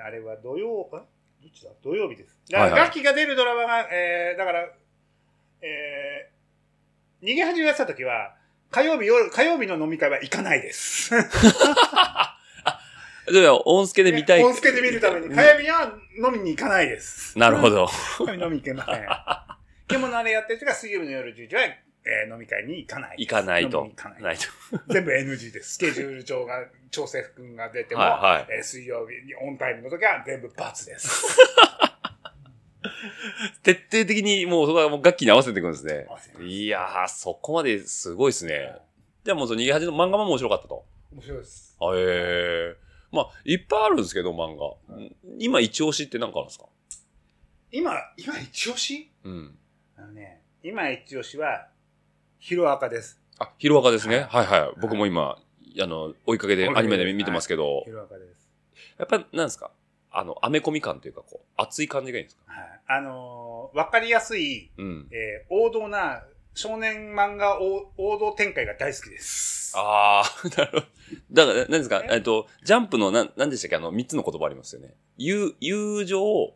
C: ーあれは土曜、あどっちだ土曜日です。だ
B: はい
C: か
B: はい
C: ら、楽器が出るドラマが、えーだから、えー逃げ始めた時は、火曜日夜、火曜日の飲み会は行かないです。
B: じゃあ、音付けで見たい。
C: 本付けで見るために、火曜日には飲みに行かないです。
B: なるほ。ど。
C: 火曜日飲みに行けま せん。獣あれやってる人が水曜日の夜10時は、えー飲み会に行かないです。
B: 行かない
C: 飲み
B: と
C: に行かない。
B: ないと。
C: 全部 NG です。スケジュール帳が、調整君が出ても、
B: はいは
C: えー水曜日にオンタイムの時は全部×です。
B: 徹底的にもうそこはもう楽器に合わせていくんですね
C: 合わせて。ます
B: いやー、そこまですごいですね。じゃあもうその逃げ恥の漫画も面白かったと。
C: 面白いです。
B: あええまあ、いっぱいあるんですけど、漫画。今、一押しって何かあるんですか
C: 今、今一押し
B: うん。
C: あのね、今一押しは、ヒロアカです。
B: あ、ヒロアカですね。はいはい。僕も今、あの、追いかけで
C: 追い
B: ア
C: かけで
B: ニメで見てますけど
C: ヒ、ロアカです。
B: やっぱ、なんですかあの、アメコミ感というか、こう、熱い感じがいいんですか
C: はい。あのーわかりやすい、
B: うん。
C: えー王道な、少年漫画王王道展開が大好きです。
B: ああ、 なるほど。だから、何ですか
C: え
B: えっと、ジャンプの、なん、なんでしたっけあの、三つの言葉ありますよね。友、友情、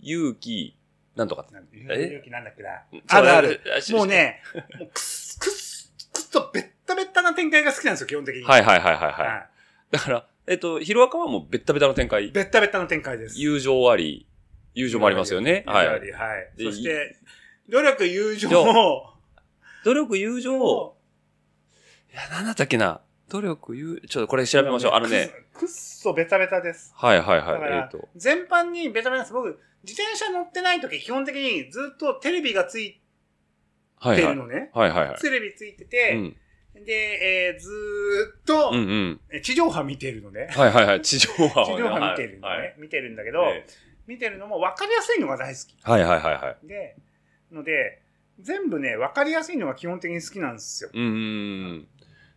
B: 勇気、なんとかって。
C: なん勇気なんだっけな。
B: そ
C: あ
B: う
C: るある。。
B: し
C: もう。ね、もうくす、くす、くすとベッタベッタな展開が好きなんですよ、基本的に。
B: はいはいはいはい
C: は。
B: はいい。だから、えっと、ヒロアカはもうベッタベタの展開。
C: ベッタベタの展開です。
B: 友情あり、友情もありますよね。
C: は。
B: はいい。
C: はい。
B: で
C: そして、努力、友情
B: 努力、友情、いや、なんだったっけな。努力、友、ちょっとこれ調べましょう。あのね。。
C: くっそベタベタです。
B: はいはいは
C: だか
B: い。え
C: ら
B: っと。
C: 全般にベタベタです。僕、自転車乗ってない時、基本的にずっとテレビがつい
B: は
C: て
B: いは
C: る
B: い。
C: のね。
B: はいはいは
C: テレビつい
B: い。
C: て
B: う
C: て、
B: ん。
C: で、えーずーっ
B: うんう
C: と、
B: ん。
C: え地上波見てるのね。
B: はい はいはい。地上波を
C: 地
B: ね
C: 上波見てるの
B: はい
C: ね。見てるんだけど、
B: はいえ
C: 見てるのも分かりやすいのが大好き。
B: えはいはいはいはい。
C: で、ので、全部ね、分かりやすいのが基本的に好きなんですよ。
B: うんうんうん。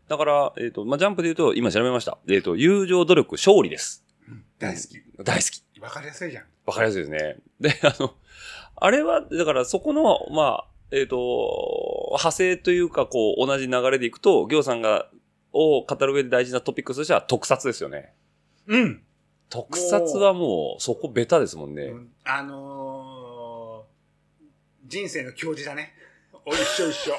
B: だから、えっと、まあ、ジャンプで言うと、今調べました。えっと、友情、努力、勝利です。
C: 大好き。
B: 大好き。
C: 分かりやすいじゃん。
B: わかりやすいですね。で、あの、あれは、だからそこの、まあ、えっ、と、派生というか、こう、同じ流れでいくと、行さんが、を語る上で大事なトピックスとしては特撮ですよね。
C: うん。
B: 特撮はもう、そこベタですもんね。
C: あのー、人生の教授だね。お一緒一緒。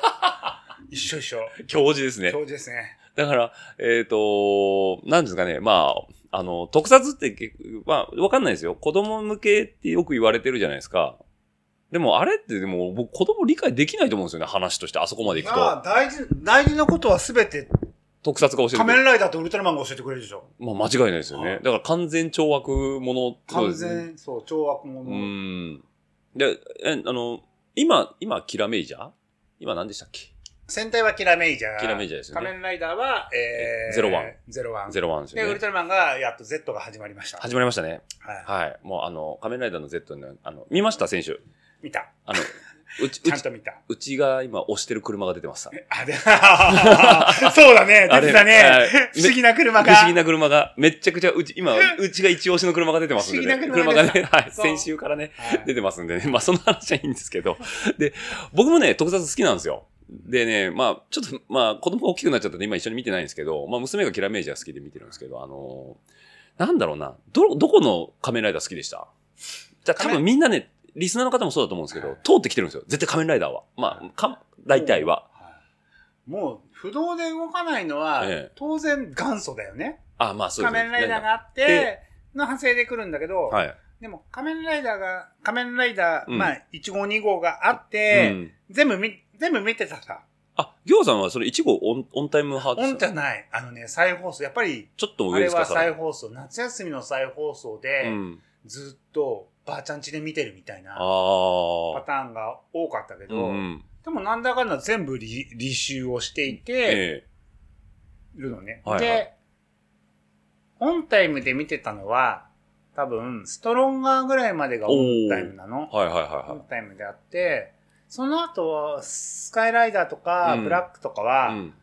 C: 一緒一緒。
B: 教授ですね
C: 教。授ですね。
B: だから、えっ、と、なんですかね、まあ、あの、特撮って結構、まあ、わかんないですよ。子供向けってよく言われてるじゃないですか。でも、あれってでも、僕、子供理解できないと思うんですよね、話として。あそこまで行く
C: ま
B: と。
C: あ、大事、大事なことはすべて、
B: 特撮が教えてくれ
C: 仮
B: る
C: 面ライダーとウルトラマンが教えてくれるでしょ。
B: まあ、間違いないですよ
C: は
B: ね。
C: い
B: だから、完全懲悪者そう
C: 完
B: ですね。
C: 全、そう、懲悪
B: う
C: 者。
B: ん。で、え、あの、今、今、キラメイジャー今何でしたっけ
C: 戦隊はキラメイジャー。
B: キラメイジャーですよね
C: 仮面ライダーは、えー、
B: ゼロワン。
C: ゼロワン。
B: ゼロワンです
C: で、
B: よ
C: ウ
B: ね
C: ル。トラマンが、やっと Z が始まりました。
B: 始まりましたね。
C: はい。
B: はい。もうあの、仮面ライダーの Z の、あの、見ました選手。
C: 見た。
B: あの、うち、う
C: ちゃん
B: ち、
C: と見た。
B: うちが今押してる車が出てま した。
C: あれ、そうだね、
B: あ
C: 出
B: れ
C: てた
B: は
C: ね
B: い。
C: 不思議な
B: 不
C: 車が。
B: 思議な車が、めっちゃくちゃ、うち、今、うちが一押しの車が出てますんでね。
C: 不思議な車が出た
B: ね、はい。
C: そう
B: 先週からね、
C: はい
B: 出てますんでね。 まあ、その話はいいんですけど。で、僕もね、特撮好きなんですよ。でね、まあ、ちょっと、まあ、子供が大きくなっちゃったんで、今一緒に見てないんですけど、まあ、娘がキラメージャー好きで見てるんですけど、あのーなんだろうな、ど、どこの仮面ライダー好きでしたじゃあ多
C: 仮面
B: 分みんなね、リスナーの方もそうだと思うんですけど、通ってきてるんですよ。絶対仮面ライダーは。まあ、か、大体は。
C: はいもう、不動で動かないのは
B: ええ、
C: 当然元祖だよね。
B: あ、まあ、そうです
C: 仮面ライダーがあっ
B: で
C: て、の派生で来るんだけど、
B: はい。
C: でも仮面ライダーが、仮面ライダー、
B: うん
C: まあ、1号2号があっ
B: う
C: て、
B: ん
C: 全部み、全部見てたさ。
B: あ、行さんはそれ1号オンオンタイム派です
C: 本
B: よ
C: じゃない。あのね、再放送。やっぱり、
B: ちょっと
C: あ
B: 上
C: れ
B: ですか
C: は再
B: さ
C: 放送。夏休みの再放送
B: う
C: で、
B: ん。
C: ずっとばあちゃん家で見てるみたい
B: あ
C: なパ
B: あ。
C: ターンが多かったけ
B: う
C: ど、
B: ん。
C: でもなんだかんだ全部履履修をしていて
B: ええ。
C: るのね。
B: はいはい
C: で、オンタイムで見てたのは、多分、ストロンガーぐらいまでがオンタイムなの。
B: はいはいはい
C: オン
B: は
C: タイムであって、その後は、スカイライダーとか、
B: うん
C: ブラックとかは、
B: い。うん。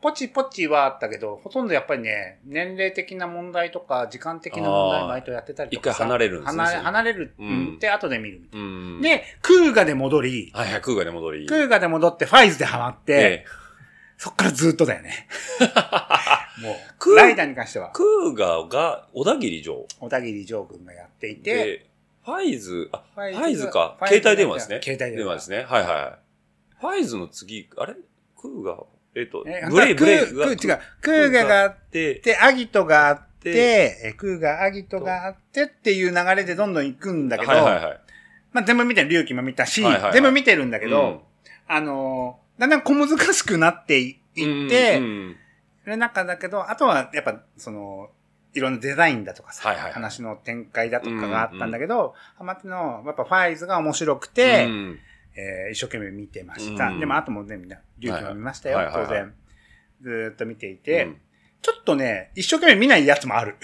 C: ポチポチはあったけど、ほとんどやっぱりね、年齢的な問題とか、時間的な問
B: あー
C: 題、毎度やってたりとかさ。
B: 一回離れるんですね
C: 離れ離れる
B: うん
C: って、後で見るみたい
B: うん。
C: な。、で、クーガで戻り、
B: はいはい、空がで戻り。
C: クーガで戻って、ファイズでハマって、
B: ええ。
C: そっからずっとだ よね。も
B: クー
C: う、ライダーに関しては、
B: 空がが小田切城。
C: 小田切城君がやっていて、
B: で、ファイズ、あ、
C: フ
B: ファイズか。
C: ファイ
B: 携帯電話ですね。
C: 携帯電
B: 電話
C: 話
B: ですね。はいはい。ファイズの次、あれ空が、えっと、
C: え
B: ブレイ、
C: ク
B: ブレイク
C: ー
B: が。
C: クー違う。クーガがあっ
B: で、
C: て、アギトがあっ
B: で
C: て、えクーガ、アギトがあってっていう流れでどんどん行くんだ
B: はい
C: けど、
B: はいはい。
C: まあ全部見てる、龍騎も見たし、
B: はいはいはい
C: 全部見てるんだけど、
B: うん
C: あのーだんだん小難しくなっていって、
B: うんうんうん
C: る中だけど、あとはやっぱその、いろんなデザインだとかさ、
B: はいはいはい
C: 話の展開だとかがあったんだけど、ハマっての、やっぱファイズが面白くて、
B: うん
C: えー一生懸命見てました。
B: うん
C: でも、あともね、みんな、龍騎も見ましたよ、
B: はいはいはい
C: 当
B: はいは
C: 然。ずーっと見ていて、
B: うん
C: ちょっとね、一生懸命見ないやつもある。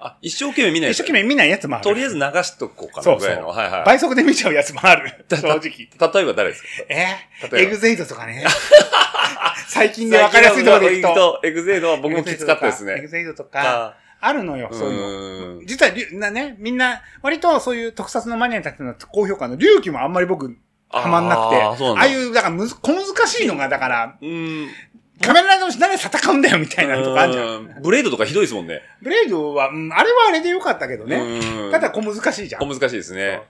B: あ、一生懸命見ない
C: 一生懸命見ないやつもある。
B: とりあえず流しとこうか
C: そ
B: な、
C: う
B: ぐ
C: そう
B: らいの。はいは
C: 倍速で見ちゃうやつもある。
B: だ
C: 正
B: だ
C: 直。
B: い。例えば誰ですか
C: えー
B: 例えば
C: エグゼイドとかね。 最近で分かりやすいところでいくと。
B: エグゼイドは僕もきつかったです
C: エグ
B: ね。
C: ゼイドとか、あるのよ、そういうの。
B: うん
C: 実はりゅ、なね、みんな、割とそういう特撮のマニアにたちの高評価の隆起もあんまり僕、ハマんなくて、
B: あーそうなんだ
C: ああいう、だからむず、小難しいのが、だから、
B: うん。
C: 仮面ライダー同士誰戦うんだよ、みたいなのとかあるじゃん。
B: うんブレードとかひどいですもんね。
C: ブレイドは、うん、あれはあれでよかったけどね。
B: うん
C: ただ小難しいじゃ
B: 小
C: ん。
B: 難しいですね。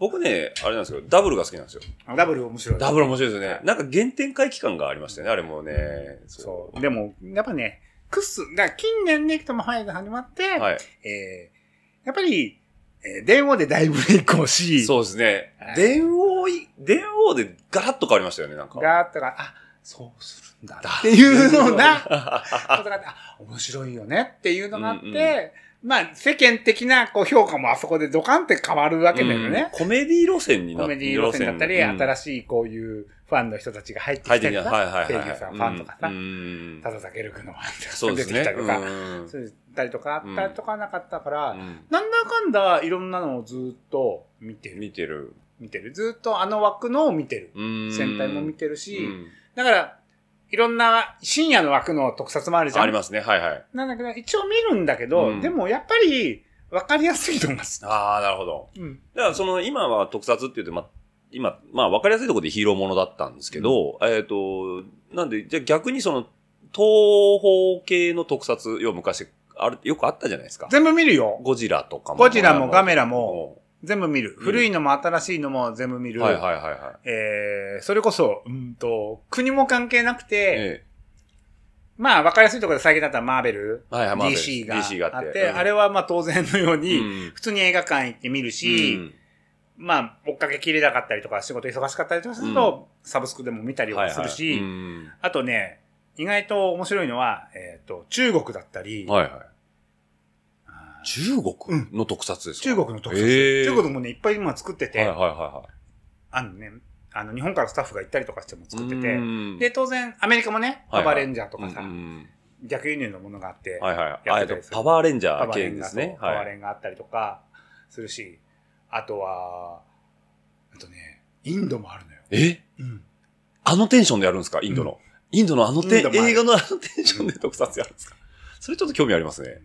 B: 僕ね、あれなんですけど、ダブルが好きなんですよ。
C: ダブル面白い。
B: ダブル面白いですよね。なんか原点回帰感がありましたよね、あれもね。
C: そう。でも、やっぱね、クッス、だから近年でいくとも早く始まって、
B: は
C: えー、やっぱり、えー電話で大ブレイクを
B: い。
C: し、
B: そうですね
C: は。い
B: 電王い、電王でガラッと変わりましたよね、なんか。
C: ガーッとか、あ、そうするんだ。っていうよう な、ことがあって、あ、面白いよねっていうのがあって、
B: うんう
C: まあ、世間的なこう評価もあそこでドカンって変わるわけだ
B: う
C: よ
B: ん
C: ね。
B: コメディ路線にな
C: コメディ路線だったり、
B: しい。
C: 新しいこういうファンの人たちが入ってき
B: 入
C: た
B: ってき
C: りと
B: た。
C: か、
B: はいはいはい。
C: 声優さん、ファンとかさ、
B: うんうん
C: ただ酒るくのファ
B: そ
C: ン
B: う
C: と
B: で
C: か
B: す
C: 出て
B: ね
C: きた。りとか、
B: うん
C: そういうたりとかあったりとかなかったから、
B: うん
C: なんだかんだいろんなのをずっと見てる。
B: 見てる。
C: 見てる。ずっとあの枠のを見てる。
B: 戦
C: 戦隊も見てるし、
B: うん
C: だから、いろんな深夜の枠の特撮もあるじゃん。
B: ありますね、はいはい。
C: なんだけど、一応見るんだけど、
B: うん
C: でもやっぱり、わかりやすいと思います。
B: ああ、なるほど。
C: うん。
B: だからその今は特撮って言って、ま、今、まあ分かりやすいところでヒーローものだったんですけど、えっ、と、なんで、じゃあ逆にその、東方系の特撮、よ、昔、ある、よくあったじゃないですか。
C: 全部見るよ。
B: ゴジラとかも。
C: ゴジラもガメラも、
B: も
C: 全部見る。
B: うん
C: 古いのも新しいのも全部見る。
B: はいはいはいはい。
C: えー、それこそ、うんと、国も関係なくて、
B: ええ
C: まあ、わかりやすいところで最近だったらマーベル、
B: はいはいマーベル
C: DC が
B: DC があ
C: あ
B: って
C: って、
B: うん
C: あれはまあ当然のように、
B: うん
C: 普通に映画館行って見るし、まあ、追っかけきれなかったりとか、仕事忙しかったりとかすると、サブスクでも見たり
B: は
C: はいするし、
B: はいうん
C: あとね、意外と面白いのは、えっ、と、中国だったり、
B: はいはい。中国の特撮ですか
C: 中国の特撮、
B: へー
C: 中国もね、いっぱい今作ってて、
B: はいはいはいは
C: あのね、あの、日本からスタッフが行ったりとかしても
B: い。
C: 作って
B: う
C: て、
B: ん
C: で、当然、アメリカもね、
B: は
C: パ
B: いはい
C: パレンジャーとかさ、
B: うんうん
C: 逆輸入のものがあって、
B: はいはい。
C: や
B: あ
C: っ
B: えった
C: て
B: と
C: りする
B: パワーレンジャ
C: パ
B: ー
C: パレ
B: 系
C: ン
B: で
C: ガ
B: す
C: ー
B: ね
C: と。パ
B: は
C: ワー
B: い。
C: レンがあったりとかするし、あとは、あとね、インドもあるのよ。
B: え
C: うん。
B: あのテンションでやるんですかインドの。インドのあの
C: イン
B: テ
C: ド
B: ン、
C: もある
B: 映画のあのテンションで特撮やるんですかそれちょっと興味ありますね。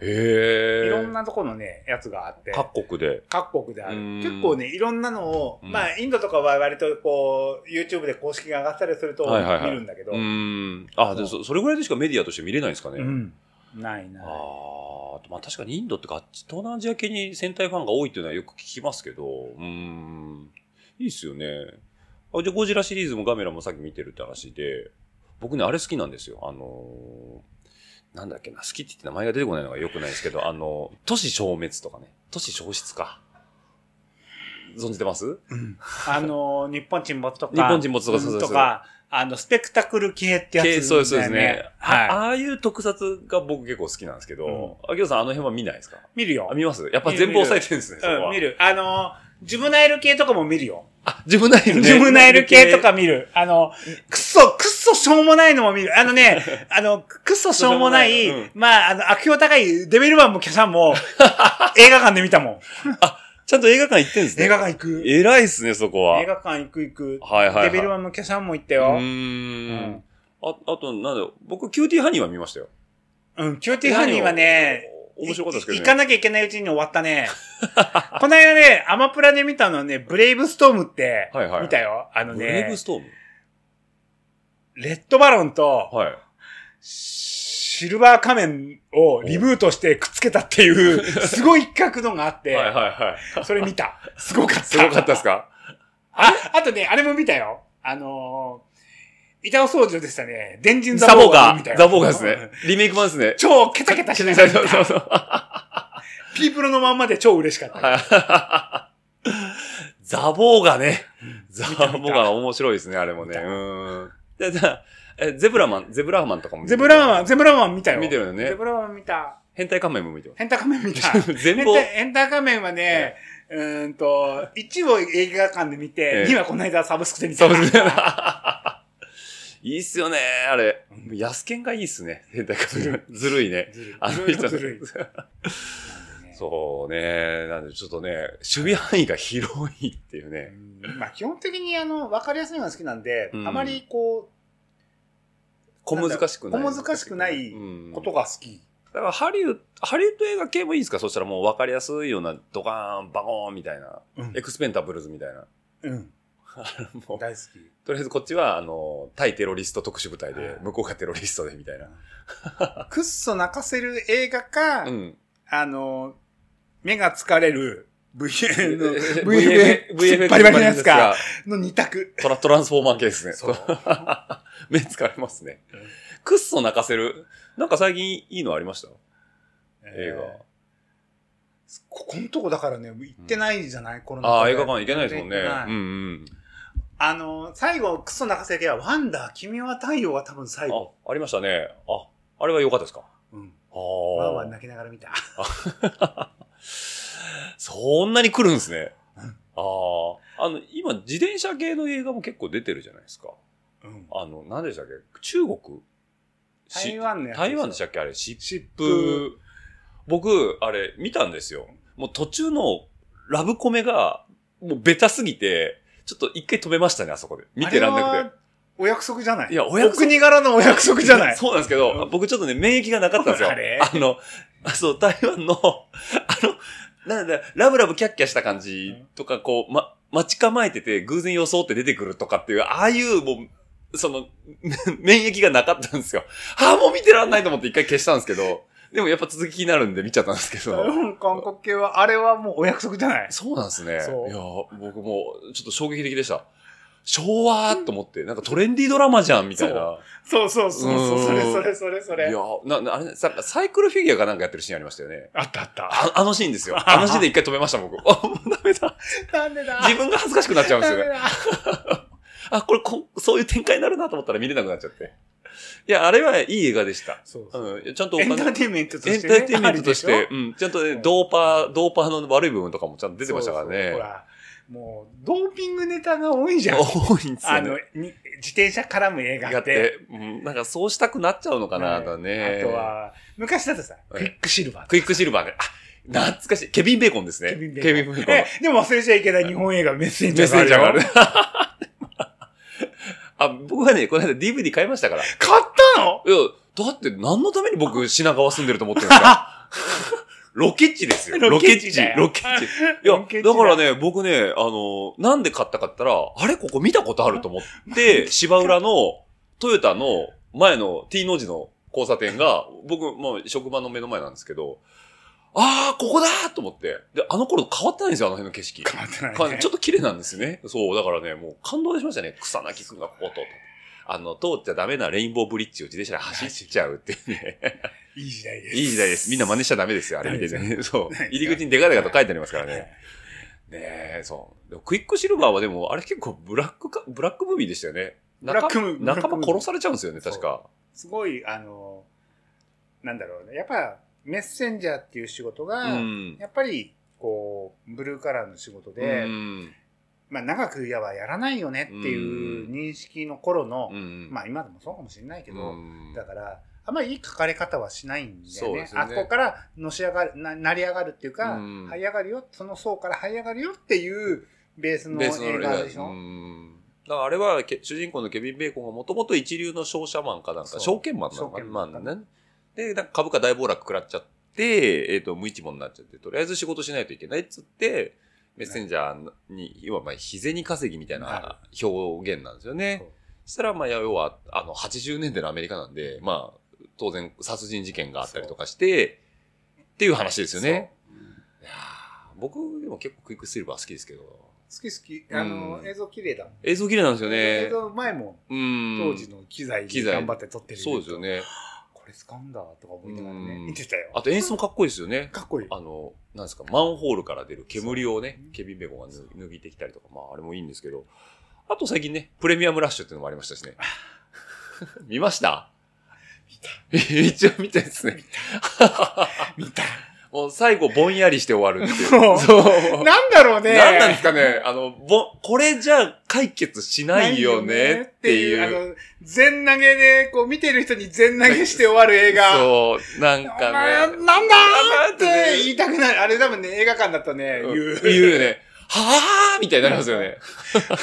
B: へえ。
C: いろん。なとこのね、やつがあって、
B: 各国で。
C: 各国である
B: う。ん
C: 結構ね、いろんなのを、
B: うん
C: まあ、インドとかは割とこう、YouTube で公式が上がったりすると
B: はいはいはい
C: 見るんだけど、
B: うーん。あ、でもそそれぐらいでしかメディアとして見れないんですかね。
C: うんないな
B: あ
C: い。
B: ーまあ確かにインドってか、東南アジア系に戦隊ファンが多いっていうのはよく聞きますけど、うーん。いいっすよね。あじゃあゴジラシリーズもガメラもさっき見てるって話で、僕ね、あれ好きなんですよ。あのーなんだっけな、好きって言って名前が出てこないのが良くないですけど、あの、都市消滅とかね、都市消失か。存じてます
C: あの、日本沈没とか、
B: 日本沈没とかそうそうそう
C: うんあの、スペクタクル系ってやつ、
B: 系そうですそうですね。あ
C: はい。
B: ああいう特撮が僕結構好きなんですけど、あきょうさんあの辺は見ないですか
C: 見るよ
B: あ、。見ますやっぱ全部押さえてるんですね、そこは。
C: うん、見る。あの、ジュブナイル系とかも見るよ。
B: あ、ジムナイルね。
C: ジュブナイル系とか見る。あの、くそ、くそしょうもないのも見る。あ のね、あの、くそしょうもな
B: し
C: い、
B: ょうもないうん
C: まあ、あの、悪評高いデビルマンもキャサ ンも、映画館で見たもん。
B: ちゃんと映画館行ってんですね。
C: 映画館行く。映
B: 偉いっすね、そこは。
C: 画館行く行く。
B: はいはい、はい。
C: デビルマンもキャサンも行った
B: う
C: よ。
B: ー
C: うんん。
B: あ、あと、なんだろう僕、キューティーハニーは見ましたよ。
C: うん、キューティーハニーはね、
B: 面白かったですけど
C: い
B: ね。
C: 行かなきゃいけないうちに終わった ね。この間ね、アマプラで見たのはね、ブレイブストームって、
B: はいはい
C: 見たよ。あの
B: ブレイ
C: ね
B: ブ、ストーム
C: レッドバロンと、
B: はい。
C: シルバー仮面をリブートしてくっつけたっていう、 すごい企画のがあって、
B: はいはいはい。
C: それ見た。すごかった。
B: すごかったです か
C: あ、あとね、あれも見たよ。あのー、板尾掃除でしたね。電人
B: ザボ
C: も
B: ガ
C: 見
B: ー。
C: たよ
B: ザボガーですね。。リメイク版ですね。
C: 超ケタケタしなが
B: そう
C: ら見
B: そう
C: た。
B: そう。
C: ピープルのまんまで超嬉しかった。
B: はい ザボーがね。ザ
C: た
B: ボーが面白いですね、あれもね。う
C: 見た
B: ーん。でじゃあえゼブラマン、ゼブラーマンとかも見て
C: ゼブラマン、ゼブラマン見たよ。
B: 見てるよね
C: ゼブラマン見た。
B: 変態仮面も見てます。
C: 変態仮面見 た。
B: 全
C: 変
B: 貌。
C: 態変態仮面はね、うーんと、1を映画館で見
B: え
C: て、
B: え
C: 2はこの間サブスクで見た。
B: そう ですね。いいっすよね、あれ。安犬がいいっすね。変態仮面。ずるいね。
C: ずるい
B: あの人。
C: ずるい。
B: そうね。なんで、ちょっとね、守備範囲が広いっていうね。
C: うんまあ基本的にあの、わかりやすいのが好きなんで、
B: うん
C: あまりこ
B: 小難しくない。
C: 小難しくない
B: うん
C: う、ことが好き。
B: だからハリウッド、ハリウッド映画系もいいですかそしたらもう分かりやすいようなドカーン、バコーンみたいな。
C: うん
B: エクスペンタブルズみたいな。
C: うん。
B: もう
C: 大好
B: とりあえずこっちは、あの、対テロリスト特殊部隊で
C: は、い
B: 向こうがテロリストでみたいな。
C: き。くっそ泣かせる映画か、
B: うん。
C: あの、目が疲れる VN の
B: VFX
C: VFX バリバリのやつか、。の二択。
B: トラ、トランスフォーマー系ですね。
C: そう
B: 目疲れますね
C: うん。
B: くっそ泣かせる。なんか最近いいのありました映
C: え
B: 画
C: ー。ここのとこだからね、行ってないじゃない、この
B: ああ、映画館行けないですもんね。
C: 行ってない
B: うんうん。
C: あの、最後、クソ泣かせては、ワンダー、君は太陽は多分最後。
B: あ、ありましたね。あ、あれは良かったですか
C: うん。
B: あ
C: ワ
B: あ。
C: ンワン泣きながら見た。
B: そんなに来るんですね。ああ。あの、今、自転車系の映画も結構出てるじゃないですか。
C: うん。
B: あの、何でしたっけ中国し
C: 台湾のやつ。
B: 台湾でしたたっけあれ、シッ
C: 疾
B: プ。僕、あれ、見たんですよ。もう途中のラブコメが、もうベタすぎて、ちょっと一回止めましたね、あそこで。見てらんなくて。
C: て。お約束じゃない
B: いやお約束
C: お国柄のお約束じゃない。
B: そうなんですけど、
C: うん
B: 僕ちょっとね、免疫がなかったんですよ。
C: あれ
B: あの、あそう、台湾の、あの、なんだ、ラブラブキャッキャした感じとか、こう、ま、待ち構えてて、偶然装って出てくるとかっていう、ああいう、もう、その、 免疫がなかったんですよ。ああ、もう見てらんないと思って一回消したんですけど、でもやっぱ続き気になるんで見ちゃったんですけ
C: 台
B: ど。
C: 湾、韓国系は、あれはもうお約束じゃない。
B: そうなんですね。いや
C: そう、
B: 僕も、ちょっと衝撃的でした。昭和と思って、なんかトレンディードラマじゃん、みたいな。
C: そうそうそうそうう、
B: ん
C: それそれそれそ
B: い
C: れ
B: や。、な、なあれ、さサイクルフィギュアかなんかやってるシーンありましたよね。
C: あったあった。
B: あ あのシーンですよ。あのシーンで一回止めました、僕。 あ、もうダメ だ。
C: なんでだ
B: 自分が恥ずかしくなっちゃうんです
C: ダ
B: よ
C: メ
B: ね。
C: だ
B: あ、これこ、そういう展開になるなと思ったら見れなくなっちゃって。いや、あれはいい映画でした。
C: そうそう
B: うん。ちゃんとお
C: エン
B: 金
C: ター。テインメントと
B: エ
C: し
B: ンタ
C: て、ね。
B: ーテインメントとし
C: あり
B: て
C: で、
B: うん。ちゃんと
C: う
B: ね、
C: ん
B: ドーパー、ドーパーの悪い部分とかもちゃんと出
C: ょ
B: てましたから
C: そうそう
B: ね
C: ほ。ら、もう、ドーピングネタが多いじゃん。
B: 多いんですよ
C: あ
B: ね
C: の。、に自転車絡む映画
B: や
C: っ。
B: ってて、うん、なんかそうしたくなっちゃうのかな、
C: はい
B: だね。
C: あと、は、昔だとさ、
B: はい
C: クイックシルバーとか。
B: クイックシルバーね。あ、懐かしい。ケビン・ベーコンですね。
C: ケビン・ベーコン。
B: ケビンベー
C: え
B: コ
C: でも忘れちゃいけない日本映画メッセン
B: ン
C: ジ
B: メ
C: ャ
B: ッ
C: ーがあ
B: セン
C: る
B: ジャーがあ
C: よ
B: る。。 あ、僕はね、この間 DVD 買いましたから。い
C: 買ったの
B: や、だって何のために僕品川住んでると思ってるんです かロケッチですよ。ロ
C: ロ
B: ケ
C: ケ
B: ッ
C: ッ
B: チ
C: チだ。よ
B: ロ ケッチ。いや、
C: ロケッチだ
B: だからね、僕ね、あの、なんで買ったかって言ったら、あれここ見たことあると思 って、芝浦のトヨタの前の T の字の交差点が、僕、もう職場の目の前なんですけど、ああ、ここだーと思って。で、あの頃変わってないんですよ、あの辺の景色。
C: 変わってない、
B: か
C: ね。
B: ちょっと綺麗なんですね。そう、だからね、もう感動しましたね。草薙くんがここを通って。あの、通っちゃダメなレインボーブリッジを自転車で走っちゃうっていうね。
C: いい時代です。
B: いい時代です。みんな真似しちゃダメですよ、あれ見て
C: ダ
B: ね。そう。
C: ないですか
B: 入り口にデカデカと書いてありますから
C: はい
B: ね。ねえ、そう。でもクイックシルバーはでも、あれ結構ブラックか、ブラックムービーでしたよね。
C: ブラックムービー
B: 仲間
C: ブラック
B: 仲
C: ムービー
B: 間殺されちゃうんですよね、確か。
C: すごい、あの、なんだろうね。やっぱ、メッセンジャーっていう仕事
B: う
C: が、
B: ん。
C: やっぱり、こう、ブルーカラーの仕事で、
B: うん
C: まあ、長くやはやらないよねっていう認識の頃の、
B: うん。
C: まあ、今でもそうかもしれないけど、
B: うん
C: だから、あんまりいい書かれ方はしないんだ
B: そ
C: よ
B: う
C: ね。
B: ですよ
C: あ
B: ね
C: そこからのし上がる、な、成り上がるっていうか、
B: うん
C: 這い上がるよ、その層から這い上がるよっていうベースの
B: ベースの
C: 映画でしょ。
B: うんだからあれはけ、主人公のケビン・ベーコンがもともと一流の商社マンかなん
C: そ
B: か、
C: う
B: 証券マンなのか
C: 証
B: な
C: 券
B: ま
C: マ
B: あ
C: ンかな
B: ね。で、なんか株価大暴落食らっちゃって、えっ、と、無一文になっちゃって、とりあえず仕事しないといけないっつって、メッセンジャーに、要はまあ、日銭稼ぎみたいな
C: は
B: 表現なんですよね
C: そう。
B: そしたら、まあ、要は、あの、80年代のアメリカなんで、まあ、当然、殺人事件があったりとかして、っていう話ですよね。いやー僕、でも結構クイックスリルバー好きですけど、
C: 好き好き。あの、
B: うん
C: 映像綺麗だもん。
B: 映像綺麗なんですよね
C: 映。像前も
B: うん。
C: 当時の機材
B: 機
C: で
B: 材
C: 頑張って撮ってる。
B: そうですよ。ね。
C: これ使うんだとか思いながら
B: う
C: ね
B: ん、
C: 見てたよ。
B: あと演出もかっこいいですよね。
C: かっこいい。
B: あの、なんですか、マンホールから出る煙をね
C: そう、
B: ケビン・ベーコンが脱脱ぎてきたりとか、まあ、あれもいいんですけど、あと最近ね、プレミアムラッシュっていうのもありましたしね。 見ました見た。一応見たですね。
C: 見た。
B: もう最後ぼんやりして終わるっていう。
C: もう
B: そう。
C: なんだろうね。
B: なんなんですかねあの、ぼん、これじゃ解決しないよねっていう。
C: あの、全投げで、こう見てる人に全投げして終わる映画。
B: そう、なん
C: お
B: かね。
C: 前なんだーっ
B: なんだーって
C: て
B: ね
C: 言いたくなる。あれ多分ね、映画館だったね、言う。
B: 言うよね。はぁーみたいになりますよね。
C: マジかーっ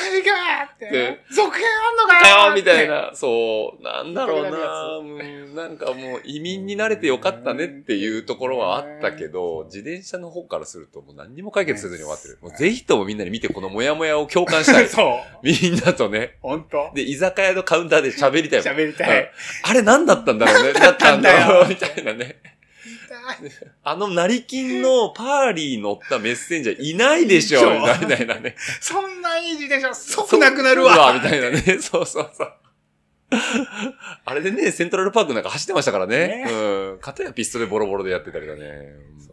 C: て
B: で。
C: 続編あんのか
B: かよ
C: ー
B: みたい
C: って。
B: な。そう、なんだろうな。
C: こ。
B: うんなんかもう移民になれてよかったねっていうところはあったけど、自転車の方からするともう何にも解決せずに終わってる。もうぜひともみんなに見てこのモヤモヤを共感したい
C: そう。
B: みんなとね。
C: ほんと。
B: で、居酒屋のカウンターで 喋りたいもん。
C: 喋りた
B: うん
C: い。
B: あれ何だったんだ ろうね。だったんだろう。みたいなね。
C: 痛い
B: あの成金のパーリー乗ったメッセンジャーいないでしょ。 みたいなね。
C: そんないい自転車、即なくなるわ。
B: みたいなね。 そうそうそう。あれでね、セントラルパークなんか走ってましたからね。
C: ね
B: うん。片やピストルボロボロでやってたりだね。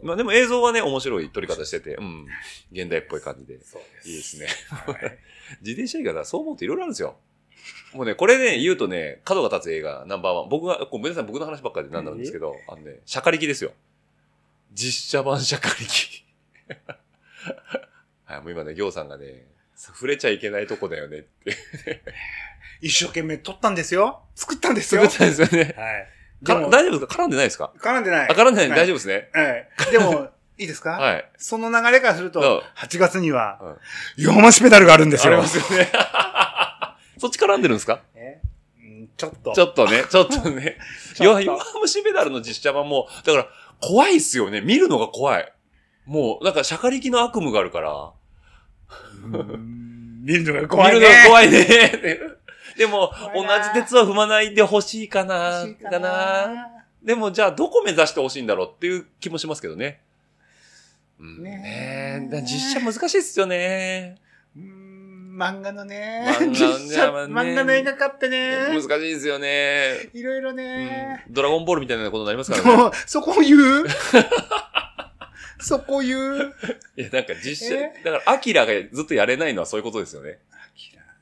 B: うんまあでも映像はね、面白い撮り方してて、うん。現代っぽい感じで。
C: そうで
B: いいですね。
C: はい
B: 自転車映画だ、そう思うといろいろあるんですよ。もうね、これね、言うとね、角が立つ映画ナンバーワン。僕が、ごめんなさい、僕の話ばっかりでなんなんですけど、あのね、シャカリキですよ。実写版シャカリ キ。はい、もう今ね、行さんがね、触れちゃいけないとこだよねって。
C: 一生懸命撮ったんですよ。作ったんですよ。
B: 作
C: は
B: っ
C: い
B: たんですよね。。
C: で
B: か
C: も、
B: 大丈夫ですか絡んでないですか
C: 絡んでな
B: あ
C: い。
B: 絡んでない、
C: はい
B: 大丈夫ですね。
C: はい。でも、いいですか
B: はい。
C: その流れからする
B: そ
C: と
B: う、
C: 8月には、ヨーマシペダルがあるんです
B: あり
C: よ
B: ま。すよね。 そっち絡んでるんですか
C: えうんちょっと。
B: ちょっとね、ちょっとね。
C: ちょっ
B: 弱
C: と
B: 弱虫メダルの実写版も、だから、怖いっすよね。見るのが怖い。もう、なんか、シャカリキの悪夢があるから。
C: うん見るのが怖いね。
B: 見るのが怖い ね。ってでも、同
C: 怖い
B: じ
C: な
B: 鉄は踏まないでほしいかな
C: 欲しい。
B: かな。でも、じゃあ、どこ目指してほしいんだろうっていう気もしますけどね。うん
C: ねえ
B: ねえ。だから実写難しいっすよね。
C: うーん漫画のね
B: 漫画、のね
C: 実写、
B: まあね
C: 漫画の映画化って
B: 難し
C: ね
B: い、ですよね。
C: いろいろ
B: うん
C: ね、
B: ドラゴンボールみたいなことになりますからね。
C: そうそこを言うそこ言 う
B: いや、なんか実写
C: え、
B: だから、アキラがずっとやれないのはそういうことですよね。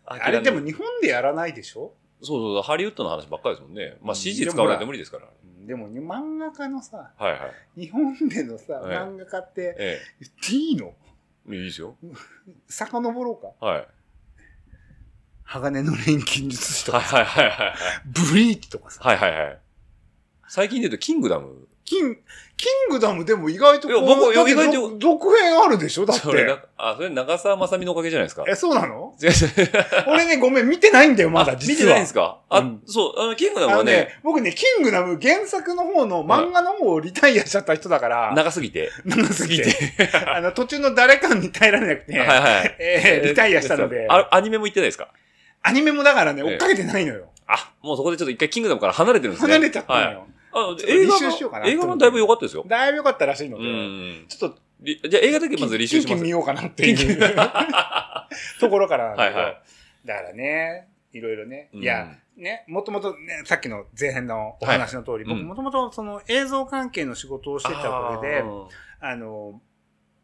C: あれでも日本でやらないでしょ
B: そうそうそう、ハリウッドの話ばっかりですもんね。まあ、
C: うん
B: CG 使わないと無理ですから。
C: でも漫画家のさ、
B: はいはい。
C: 日本でのさ、
B: はい
C: 漫画家って
B: え
C: 言っていいの
B: え。いいですよ。
C: 遡ろうか。
B: はい。
C: 鋼の錬金術師と
B: はい
C: か、
B: はいはいはい。
C: ブリーチとかさ。
B: はいはいはい。最近で言うと、キングダム。
C: キン、キングダムでも意外とこう
B: いや僕
C: だって
B: 意外と
C: ど続編あるでしょだっ
B: それ
C: て。
B: な、あ、それ長澤まさみのおかげじゃないですか。
C: え、そうなの
B: 違う違う。
C: 俺ね、ごめん、見てないんだよ、まだ、
B: 見
C: 実は。
B: てないんですかあ、
C: うん
B: そう、あの、キングダム
C: あの
B: はね、
C: ね、僕ね、キングダム原作の方の漫画の方をリタイアしちゃった人だから、
B: 長すぎて。
C: 長 すぎて。 あの、途中の誰かに耐えられなくて、
B: はい はい。
C: えーリタイアしたので、
B: あアニメも行ってないですか
C: アニメもだからね、
B: ええ
C: 追っかけてないのよ。
B: あ、もうそこでちょっと一回キングダムから離れてるんですね。
C: 離れちゃったの
B: はい。
C: よ。
B: あ
C: ちょっと
B: 映画
C: 履修しよう
B: も、
C: かなと思って
B: 映画もだいぶ良かったですよ。
C: だいぶ良かったらしいの
B: う
C: で、
B: ん。
C: ちょっと、
B: りじゃあ映画だけまず履修し
C: キンキ
B: ま
C: ン
B: す。
C: 見ようかなっていう ところからなんだけど
B: はいは
C: だからね、いろいろね。
B: うん
C: いや、ね、もともとね、さっきの前編のお話の通り、
B: う
C: 僕
B: ん
C: もともとその映像関係の仕事をしてたおかげで、あの、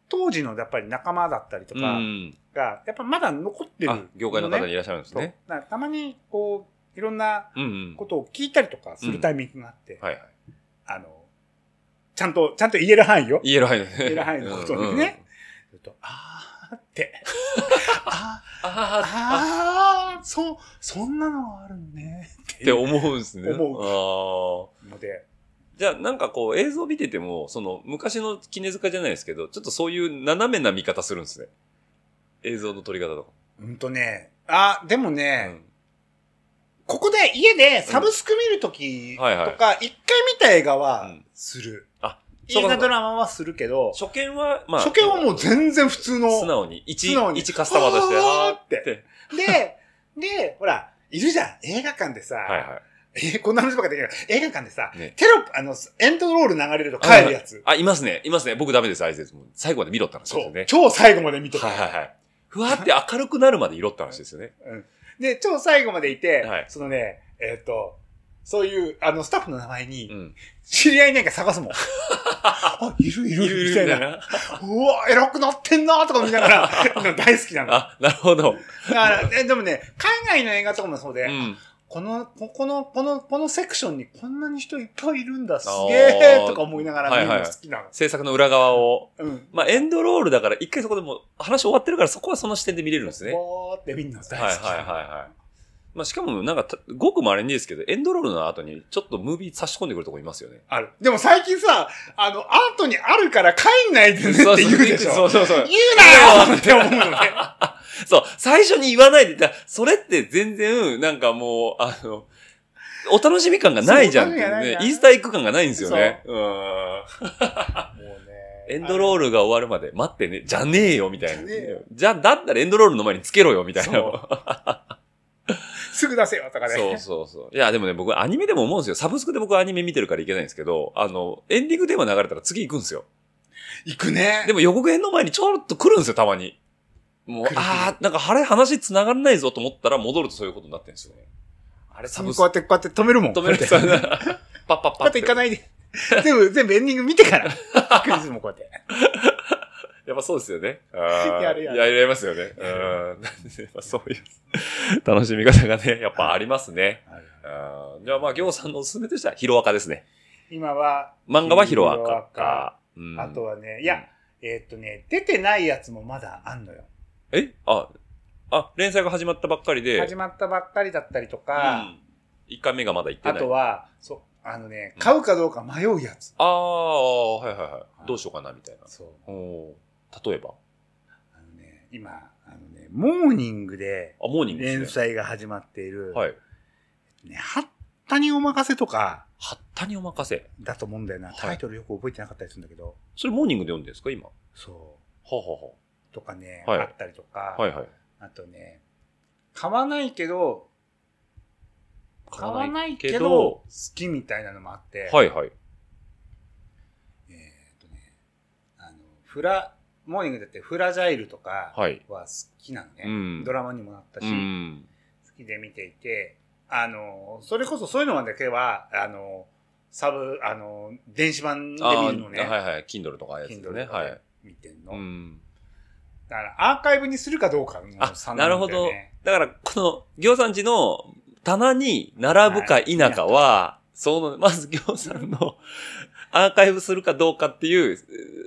C: 当時のやっぱり仲間だったりと
B: う
C: か
B: ん。
C: が、やっぱまだ残ってる、
B: あ、業界の方にいらっしゃるんです
C: そう
B: ね。
C: だからたまに、こう、いろんな
B: うんうん。
C: ことを聞いたりとかするタイミングがあって、
B: はいはい。
C: あの、ちゃんと、ちゃんと言える範囲よ。
B: 言える範囲で。
C: 言える範囲のことで
B: うんうん
C: ね。するとあー って。あ
B: あ
C: あー、そ、そんなのがあるんね。
B: ーって思うんですね。
C: 思
B: う。ああ。
C: ので、
B: じゃあなんかこう映像見てても、その昔の絹塚じゃないですけど、ちょっとそういう斜めな見方するんですね。映像の撮り方とか。
C: うんとね、あ、でもね、
B: うん
C: ここで家でサブスク見るとき
B: ん
C: と
B: はいはい
C: か、一回見た映画
B: う
C: は
B: ん
C: する。
B: あそう
C: 映
B: かそうか
C: 画ドラマはするけど、
B: 初見は、まあ、
C: 初見はもう全然普通の。
B: 素直に、一、
C: 素直に
B: 一カスタマーとして、
C: あー
B: あーっ
C: って
B: て。
C: で、で、ほら、いるじゃん。映画館でさ、
B: はいはい。
C: えこんな話ばっかりだけど、映画館でさ、
B: ね
C: テロップ、あの、エンドロール流れると帰るやつ。
B: あ、いますね。いますね。僕ダメです、あいつです。もう最後まで見ろって話
C: そ
B: ですよ
C: う、
B: ね。
C: 超最後まで見てた
B: はいはいはい。ふわって明るくなるまでいろって話ですよ ね。
C: で、超最後までいて、
B: はい
C: そのね、えっ、と、そういう、あの、スタッフの名前に
B: う、ん。
C: 知り合いなんか 探すもん。あ、いるいる、
B: いるい
C: み
B: る
C: た
B: み
C: い
B: たい
C: な。
B: な。
C: うわ、偉くなってんなとか見なが ら、大好きなの。だ
B: あ、なるほど。
C: から、えでもね、海外の映画とかもそうで、
B: うん。
C: この、ここの、この、このセクションにこんなに人いっぱいいるんだ、すげ
B: あ
C: ー
B: ー
C: とか思いながら
B: は
C: 見
B: い
C: る
B: はい
C: の好きなの。
B: 制作の裏側を。
C: うん。
B: まあ、エンドロールだから、一回そこでもう話終わってるから、そこはその視点で見れるんですね。
C: ぼーって見るの大
B: はい
C: 好きな
B: はい
C: の。
B: はいはい。まあ、しかも、なんかた、ごくまれにですけど、エンドロールの後に、ちょっとムービー差し込んでくるとこいますよ ね。
C: ある。でも最近さ、あの、アートにあるから帰んないでねって言うでしょ。
B: そうそうそう
C: 言。うなよって思うのね。
B: そう、最初に言わないで、だそれって全然、なんかもう、あの、お楽しみ感がないじゃんってい
C: そう
B: う
C: お楽しみ
B: ね
C: がない。
B: イ
C: な
B: ースターエッグ感がないんですよね。う
C: もうね。
B: ん。エンドロー
C: ル。
B: ルが終わるまで待ってね、じゃねえよ、みたいな
C: じゃねえよ。
B: じゃあ、だったらエンドロールの前につけろよ、みたいな。
C: そすぐ出せよとかね。
B: そうそうそう。いや、でもね、僕アニメでも思うんですよ。サブスクで僕アニメ見てるからいけないんですけど、あの、エンディングテーマ流れたら次行くんですよ。
C: 行くね。
B: でも予告編の前にちょっと来るんですよ、たまに。もう
C: 来、る来る
B: あー、なんかあれ話繋がんないぞと思ったら戻るとそういうことになってるんですよね。あれ、サ
C: こ
B: ブ
C: う
B: ス
C: やって、こうやって止めるもん。
B: 止める
C: こうやって。
B: パッパッ
C: こ
B: パ
C: うや
B: ッ
C: って行かないで。全部、全部エンディング見てから。 クイズもこうやって。
B: やっぱそうですよね。あー
C: やるやる
B: いや、やりますよね。うん。なんで、やっぱそういう楽しみ方が ね、やっぱありますね。あーじゃあまあ、行さんのおすすめとしては、ヒロアカですね。
C: 今は、
B: 漫画はヒロア
C: ヒロ
B: カ
C: ア
B: か
C: カ。
B: うん
C: あとはね、いや、えーっとね、出てないやつもまだあんのよ。
B: えあ、あ、連載が始まったばっかりで。
C: 始まったばっかりだったりと
B: う
C: か、
B: ん。1回目がまだ行って
C: あ
B: ない。
C: とは、そう、あのね
B: う、ん
C: 買うかどうか迷うやつ。
B: ああ、はいはいはい。どうしようかな、みたいな。
C: そう。
B: おー例えば。
C: あのね、今、あのね、モーニングで
B: あ、モーニング
C: 連
B: ですね。
C: 載が始まっている、
B: はい。
C: ね、はったにお任せとか
B: はったにお任せ。
C: だと思うんだよな。
B: はい
C: タイトルよく覚えてなかったりするんだけど、
B: それモーニングで読んでるんですか、今。は
C: そ
B: あは
C: う、とかね、
B: はい
C: あったりとか
B: あ、はあ。はいはい。
C: あとね、買わないけど、買わないけど、好きみたいなのもあって、
B: はいはい。
C: えーっとね、あの、フラ、モーニングだってフラジャイルとか
B: はい。
C: は好きなの
B: う
C: ね。
B: ん。
C: ドラマにもなったし、
B: うん。
C: 好きで見ていて、あの、それこそそういうのだけは、あの、サブ、あの、電子版で見るのね。
B: あーはいはい。Kindle とかああいうやつで
C: Kindle
B: ね。
C: とか
B: は
C: で
B: い。
C: 見てんの。
B: うん。
C: だからアーカイブにするかどうかの
B: あ
C: 差、
B: なん
C: だ
B: る
C: よ
B: ほ
C: ね
B: ど。だから、この、行さんちの棚に並ぶか否かは、その、まず行さんの アーカイブするかどうかっていう、え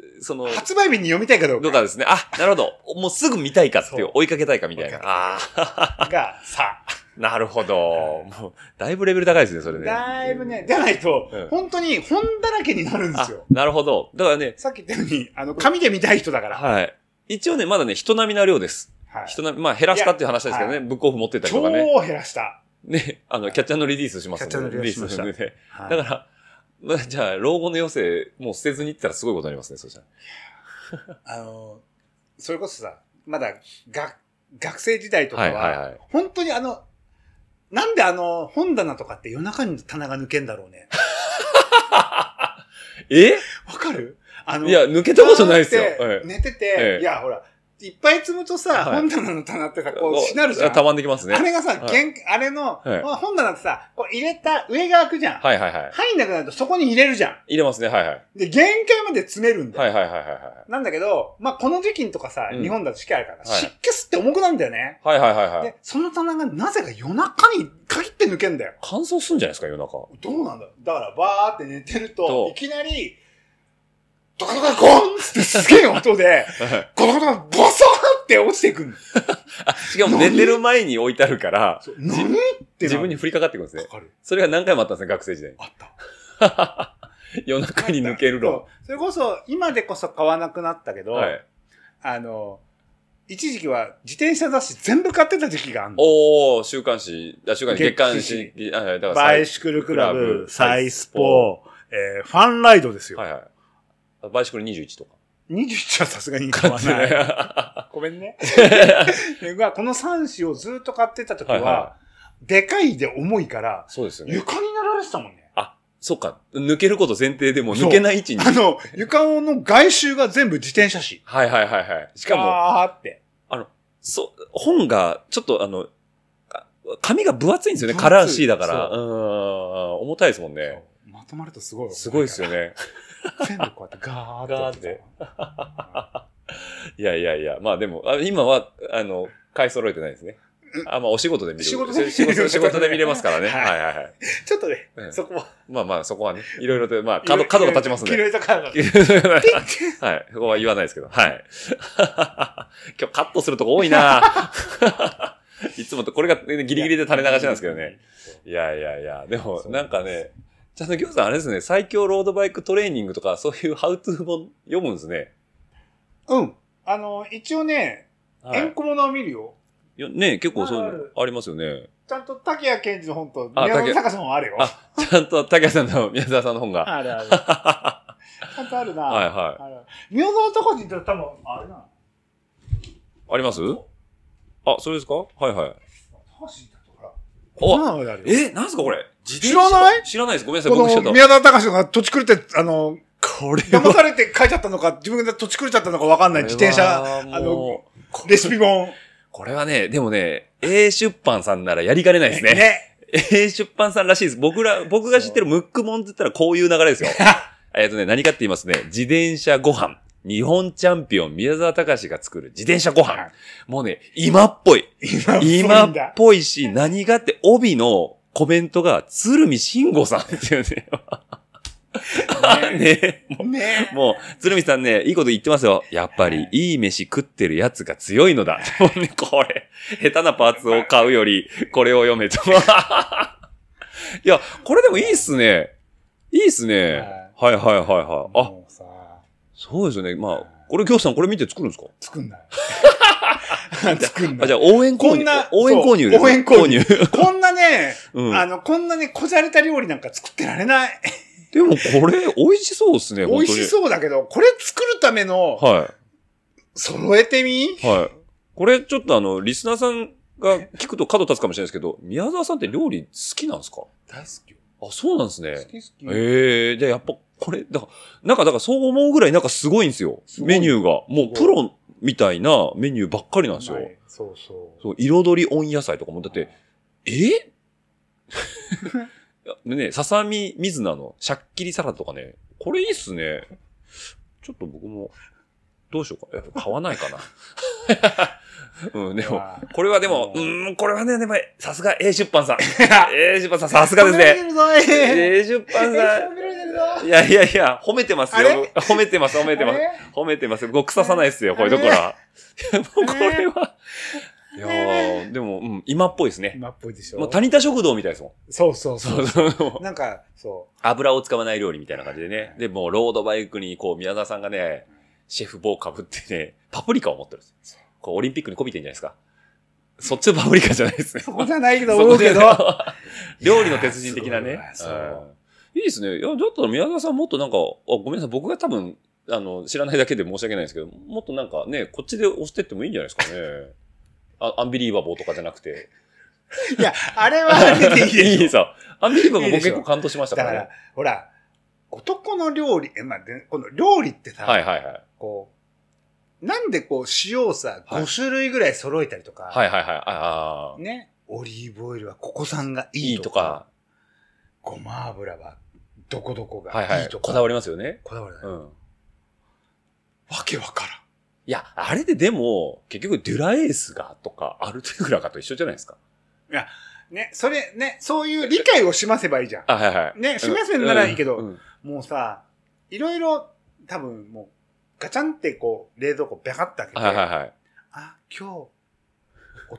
B: ーその、
C: 発売日に読みたいかどう
B: どう
C: か
B: かですね。あ、なるほど。もうすぐ見たいかってい
C: そう
B: う、追いかけたいかみたい
C: 追
B: な。
C: い
B: あ
C: か
B: あ
C: が、さ、
B: ー、なるほど。もう、だいぶレベル高いですね、それね。
C: だいぶね、じゃないと
B: うん、
C: 本当に本だらけになるんで
B: あ
C: すよ。、
B: なるほど。だからね、
C: さっき言ったように、あの、紙で見たい人だから。
B: はい。一応ね、まだね、人並みな量です。
C: はい
B: 人並み、まあ減らしたっていう話ですけど
C: い
B: ね、ブックオフ持ってったり
C: 超
B: とかね。
C: 減らした。
B: ね、あの、キャッチャーのリリースしますんで
C: キャッチャーのリリースしました
B: リリースするんでね
C: はい
B: だから、まあじゃあ、老後の余生、もう捨てずに行ったらすごいことになりますね、そしたら。
C: あの、それこそさ、まだ、が、学生時代とか
B: はいはい
C: は、
B: はい。
C: 本当にあの、なんであの、本棚とかって夜中に棚が抜けんだろうね。
B: え
C: わかるあ
B: いや、抜けたことないですよ。
C: だって
B: え
C: 寝て
B: え
C: て
B: え、
C: いや、ほら、いっぱい積むとさ、
B: はい
C: 本棚の棚ってさ、
B: え
C: こう、しなるじゃん。
B: たまんできますね。
C: あ
B: はい
C: れがさ、
B: はい
C: 玄あれの、
B: はい
C: まあ本棚ってさ、こう入れた上が開くじゃん。
B: はいはい。
C: 入んなくなるとそこに入れるじゃ
B: 入れますね、はいはい。
C: ん。で、限界まで詰めるんだよ。
B: はいはいはいはいは
C: なんだけど、まあ、この時期とかさ、
B: うん
C: 日本だと四季あるから、
B: はい
C: 湿気吸って重くなるんだよね。
B: い。はいはいはいはい。
C: で、その棚がなぜか夜中に限って抜けんだよ。
B: 乾燥するんじゃないですか、夜 中。
C: どうなんだろうだから、バーって寝てる
B: ど
C: と
B: う、
C: いきなり、ドカドカゴンってすげえ音で、 ゴロゴロボソーって落ちていくんだよ
B: しかも寝てる前に置いてあるから、
C: そう何 ってなる
B: 自分に降りかかってくるんですね
C: わ。かる。
B: それが何回もあったんですね、学生時 代に。
C: あった。
B: 夜中に抜ける論。
C: そうそれこそ、今でこそ買わなくなったけど、
B: はい。
C: あの、一時期は自転車雑誌全部買ってた時期があるの。
B: おー、週刊誌、あ週刊誌、月刊誌
C: 月、
B: あはいだから
C: バ
B: 最
C: イシクルクラ
B: クラ
C: ブ、
B: ブ
C: サイスポー、えー、ファンライドですよ。
B: はいはいあ。バイシクル21とか。
C: 21はさすがに買わない。ごめんね。が、この3種をずっと買ってた時は、
B: はいは
C: でかいで重いから、
B: そうですよね。
C: 床になられてたもんね。
B: そっか。抜けること前提でもう
C: そう
B: 抜けない位置に。
C: あの、床の外周が全部自転車誌。
B: はいはいはいはい。しかも、
C: あーって。
B: そう、本が、ちょっとあの、あ紙が分厚いんですよね。
C: 分厚い
B: カラー C だから。。
C: そううん
B: 重たいですもんね。
C: そうまとまるとすごい。
B: すごいですよ。ね。
C: 全部こうやってガーってやってた。
B: いやいやいや。まあでも、あ今は、あの、買い揃えてないですね。あ、まあお仕事で見れる。
C: 仕事で見れる
B: 仕事仕事で見れますからね。
C: は
B: はいいはいはい。
C: ちょっとね、
B: うん
C: そこは。
B: まあまあそこはね、いろいろと、まあ角、角が立ちますんで
C: 切。れた角 が。
B: はい。ここは言わないですけど。はい。 今日カットするとこ多いな いつもと、これがね、ギリギリで垂れ流しなんですけどね。いやいやいや、でも
C: そう
B: なんかね、ちゃんと行さんあれですね、最強ロードバイクトレーニングとか、そういうハウトゥー本読むんですね。
C: うん。あの、一応ね、
B: は
C: 円
B: い
C: 小物を見るよ。
B: いや。ね、結構そうい
C: まああ
B: う
C: る
B: のありますよね。
C: ちゃんと竹谷健二の本と
B: あ
C: 宮本
B: 竹
C: 隆の本あるよ。
B: あちゃんと竹谷さんと宮沢さんの本 が。
C: あるある。ちゃんとあるな。
B: はいは
C: ある宮沢隆人って多分、あれな。
B: い。ありますあ、それですかはいはい。
C: 隆人ってほら。
B: お
C: なのであるよ
B: え、なんですかこれ自転
C: 知らない
B: 知らないです。ごめんなさい。
C: こ
B: 僕ちょっ
C: の
B: と。
C: 宮沢隆人が土地狂って、あの、
B: これ
C: 騙されて書いちゃったのか、自分で土地狂っちゃったのかわかんない自転車、あ
B: あ
C: の
B: の、
C: レシピ本。
B: これはね、でもね、A 出版さんならやりかねないですね。
C: ね。
B: A 出版さんらしいです。僕ら、僕が知ってるムックモンって言ったらこういう流れ ですよ。えっとね、何かって言いますね、自転車ご飯。日本チャンピオン宮沢隆が作る自転車ご飯。もうね、今っぽい。
C: 今
B: 今っ
C: だ。
B: ぽいし、何がって帯のコメントが鶴見慎吾さんですよね。 ね。
C: ね。
B: もう、鶴見さんね、いいこと言ってますよ。やっぱり、いい飯食ってるやつが強いのだ。 もうね、これ、下手なパーツを買うより、これを読めと。 いや、これでもいいっすね。いいっすね。はいはいはいはい。あ、
C: もうさ、
B: そうですよね。まあ、これ、京さんこれ見て作るんですか
C: 作んない。作んな
B: あ、
C: い
B: じゃ。あ応援購入。
C: こんな
B: 応援購入です
C: そう応援購入
B: 購
C: こんなね、
B: うん。
C: あの、こんなね、こじゃれた料理なんか作ってられない。
B: でもこれ、美味しそうですね、
C: 美
B: 本当に。
C: 味しそうだけど、これ作るための、
B: は
C: 揃えてみ
B: い。はい。これ、ちょっとあの、リスナーさんが聞くと角立つかもしれないですけど、宮沢さんって料理好きなんですか
C: 大好きよ。
B: あ、そうなんですね。
C: 好き好き。
B: ええじゃあやっぱ、ここれ、だから、なんか、だからそう思うぐらいなんかすごいんですよ。
C: すごい
B: メニューが。もうプロみたいなメニューばっかりなんですよ。
C: はいそうそう。
B: そう、彩り温野菜とかも、だって、え ね、ささみ水菜のシャッキリサラダとかね、これいいっすね。ちょっと僕も、どうしようか。え買わないかな。 うん、でも、
C: まあ
B: これはでも、う
C: うん
B: ーん、これはね、でも、さすが A 出版さん。A 出版さん、さすがです
C: 褒められ
B: ね。
C: るぞえ
B: A 出版さ
C: 褒められるぞ
B: ん。いやいやいや、褒めてます
C: あ
B: よ
C: れ。
B: 褒めてます、褒めてます
C: あ。
B: 褒めてますよ。ごくささないっすよ、こういうところは。もうこれは。いやーでも、うん、今っぽいですね。
C: 今っぽいでしょ
B: もう谷田食堂みたいですもん。
C: そうそう
B: そ
C: そうう。
B: そうそう。
C: なんか、そ
B: 油を使わない料理みたいな感じでね。で、もうロードバイクに、こう、宮沢さんがね、シェフ帽かぶってね、パプリカを持ってるんです。こう、オリンピックにこびてんじゃないですか。そっちのパプリカじゃないですね。
C: う。そこじゃないけど、
B: そ
C: 思
B: こ
C: う
B: で
C: けど。
B: 料理の鉄人的なね。
C: いやそうだわ
B: うんいいですね。いや、だったら宮沢さんもっとなんか、あごめんなさい、僕が多分、あの、知らないだけで申し訳ないですけど、もっとなんかね、こっちで押してってもいいんじゃないですかね。あアンビリーバボーとかじゃなくて。
C: いや、あれは出ていいでしょ
B: いいさ。アンビリーバボー
C: いいで
B: 僕
C: しょ
B: 結構感動しましたか
C: だからら
B: ね。、
C: ほら、男の料理、え、まあ、でこの料理ってさ、
B: はいはいはい。
C: こう、なんでこう、塩をさ、
B: はい
C: 5種類ぐらい揃えたりとか、
B: はいはいはい。ああ。
C: ね、オリーブオイルはここさんがい
B: い
C: い
B: い
C: と
B: と
C: か、
B: か。
C: ごま油はどこどこが
B: はいはいい
C: と。か、
B: こだわ
C: り、
B: りますよね。
C: こだわりだ
B: う
C: よ、
B: ん。
C: わけわからん。
B: いや、あれででも、結局デュラエースがとか、アルテグラがと一緒じゃないですか。
C: ね、それ、ね、そういう理解を示せばいいじゃん。
B: あ、はいはい。
C: ね、示せんならいいけど、
B: うんうん
C: もうさ、いろいろ、多分もう、ガチャンってこう、冷蔵庫ベカッて開けて、
B: はいはいはい。
C: あ、今日、お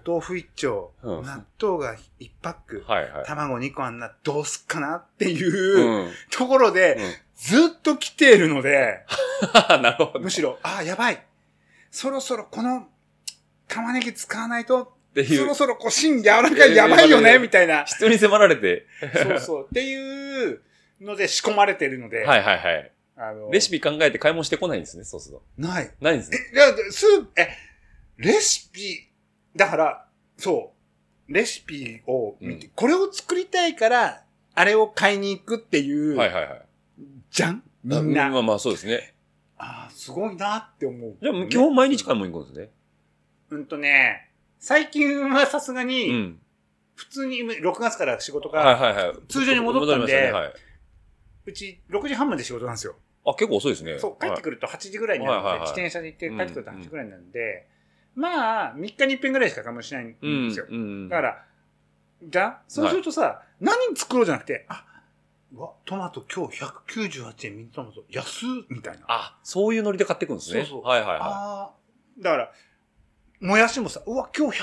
C: 豆腐一丁、
B: うん
C: 納豆が一パック、
B: はいはい。
C: 卵二個あんな、どうすっかなっていう、
B: うん。
C: ところで、ずっと来ているので、
B: なるほど。
C: むしろ、あ、やばい。そろそろこの、玉ねぎ使わないと、
B: ってい
C: そうろ。そろこう芯柔らかい、や
B: いやい
C: ばいよ
B: やいやい
C: ね、
B: や
C: みたいな。
B: 人に迫られて。
C: そうそう。っていうので仕込まれてるので、
B: はいはいはい。
C: あの
B: レシピ考えて買い物してこないんですね、そうすると。
C: ない。
B: ないんですね。
C: いや、スープ、え、レシピ、だから、そう、レシピを見て、これを作りたいから、あれを買いに行くっていう、
B: はいはいはい。
C: じゃんみ
B: うんん
C: な。
B: まあまあそうですね。
C: ああ、すごいなって思う。
B: じゃあ基本毎日買
C: か
B: い物行くんですね。
C: うんとね、最近はさすが
B: う
C: に、
B: ん。
C: 普通に6月から仕事
B: はい
C: が、
B: はいはい。
C: 通常に戻った
B: 戻り
C: んで
B: ましたねはい。
C: うち6時半まで仕事なんですよ。
B: あ、結構遅いですね。
C: そう、帰って
B: くる。
C: くると8時ぐらいになるの
B: はい
C: で、
B: はいはい
C: 自転車で行って帰ってくると
B: うん
C: 8時ぐらいになるんで、まあ、3日に1遍ぐらいしか買い物しないん
B: う
C: ですよ。
B: ん。
C: だか、
B: から
C: じゃそうするとさ、何作ろうじゃなくて、あ、うわ、トマト今日198円ミニトマト、安っみたいな。あ
B: あ、そういうノリで買ってくるんですね。
C: そうそう
B: はいはいは
C: あー、だから、もやしもさ、うわ、今日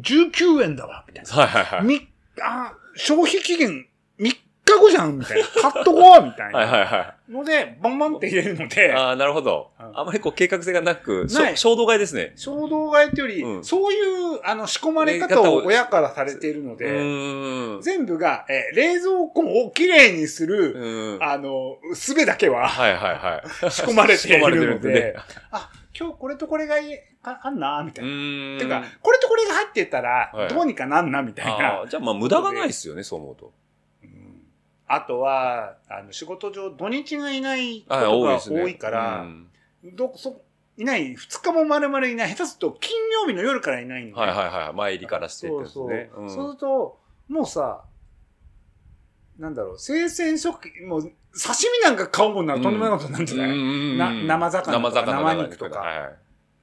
C: 119円だわ、みたい
B: い。はいはいはい
C: な。。み、あー消費期限3日後じゃんみたいな。 買っとこうみたい
B: はい
C: な。
B: はいは
C: ので、バンバンって入れるの
B: い。
C: で、
B: ああ、なるほど。
C: うん
B: あまりこう計画性がなく、しょ
C: ない
B: 衝動買いですね。
C: 衝動買いというより、
B: うん
C: そういう、あの、仕込まれ方を親からされているの
B: う
C: で、
B: ーん。
C: 全部が、えー冷蔵庫をきれいにする、
B: うん。はい
C: あの、すべだけは
B: はいはい。
C: 仕込まれているので
B: んね
C: あ、今日これとこれがいいああんなみた
B: う
C: いな。
B: ーん。
C: てか、これとこれが入って
B: は
C: たら
B: い、
C: どうにかなんなみたい
B: あ
C: な。
B: あーじゃあまあ無駄がないですよね、そう思うと。
C: うんあとは、あの、仕事上土日がいないこ
B: あ
C: と
B: 多い
C: が
B: ですね。
C: 多いか
B: う
C: ら、
B: ん
C: ど、そ、いない、二日も丸々いない、下手すると金曜日の夜からいないんで。
B: はいはいはい。参りからしてって
C: そ
B: や
C: う
B: つ
C: そう。
B: ね。ん
C: そうすると、もうさ、なんだろう、生鮮食品、もう、刺身なんか買おうもんならとんでもないことになるんじゃないな生魚とか生肉とか
B: はいはい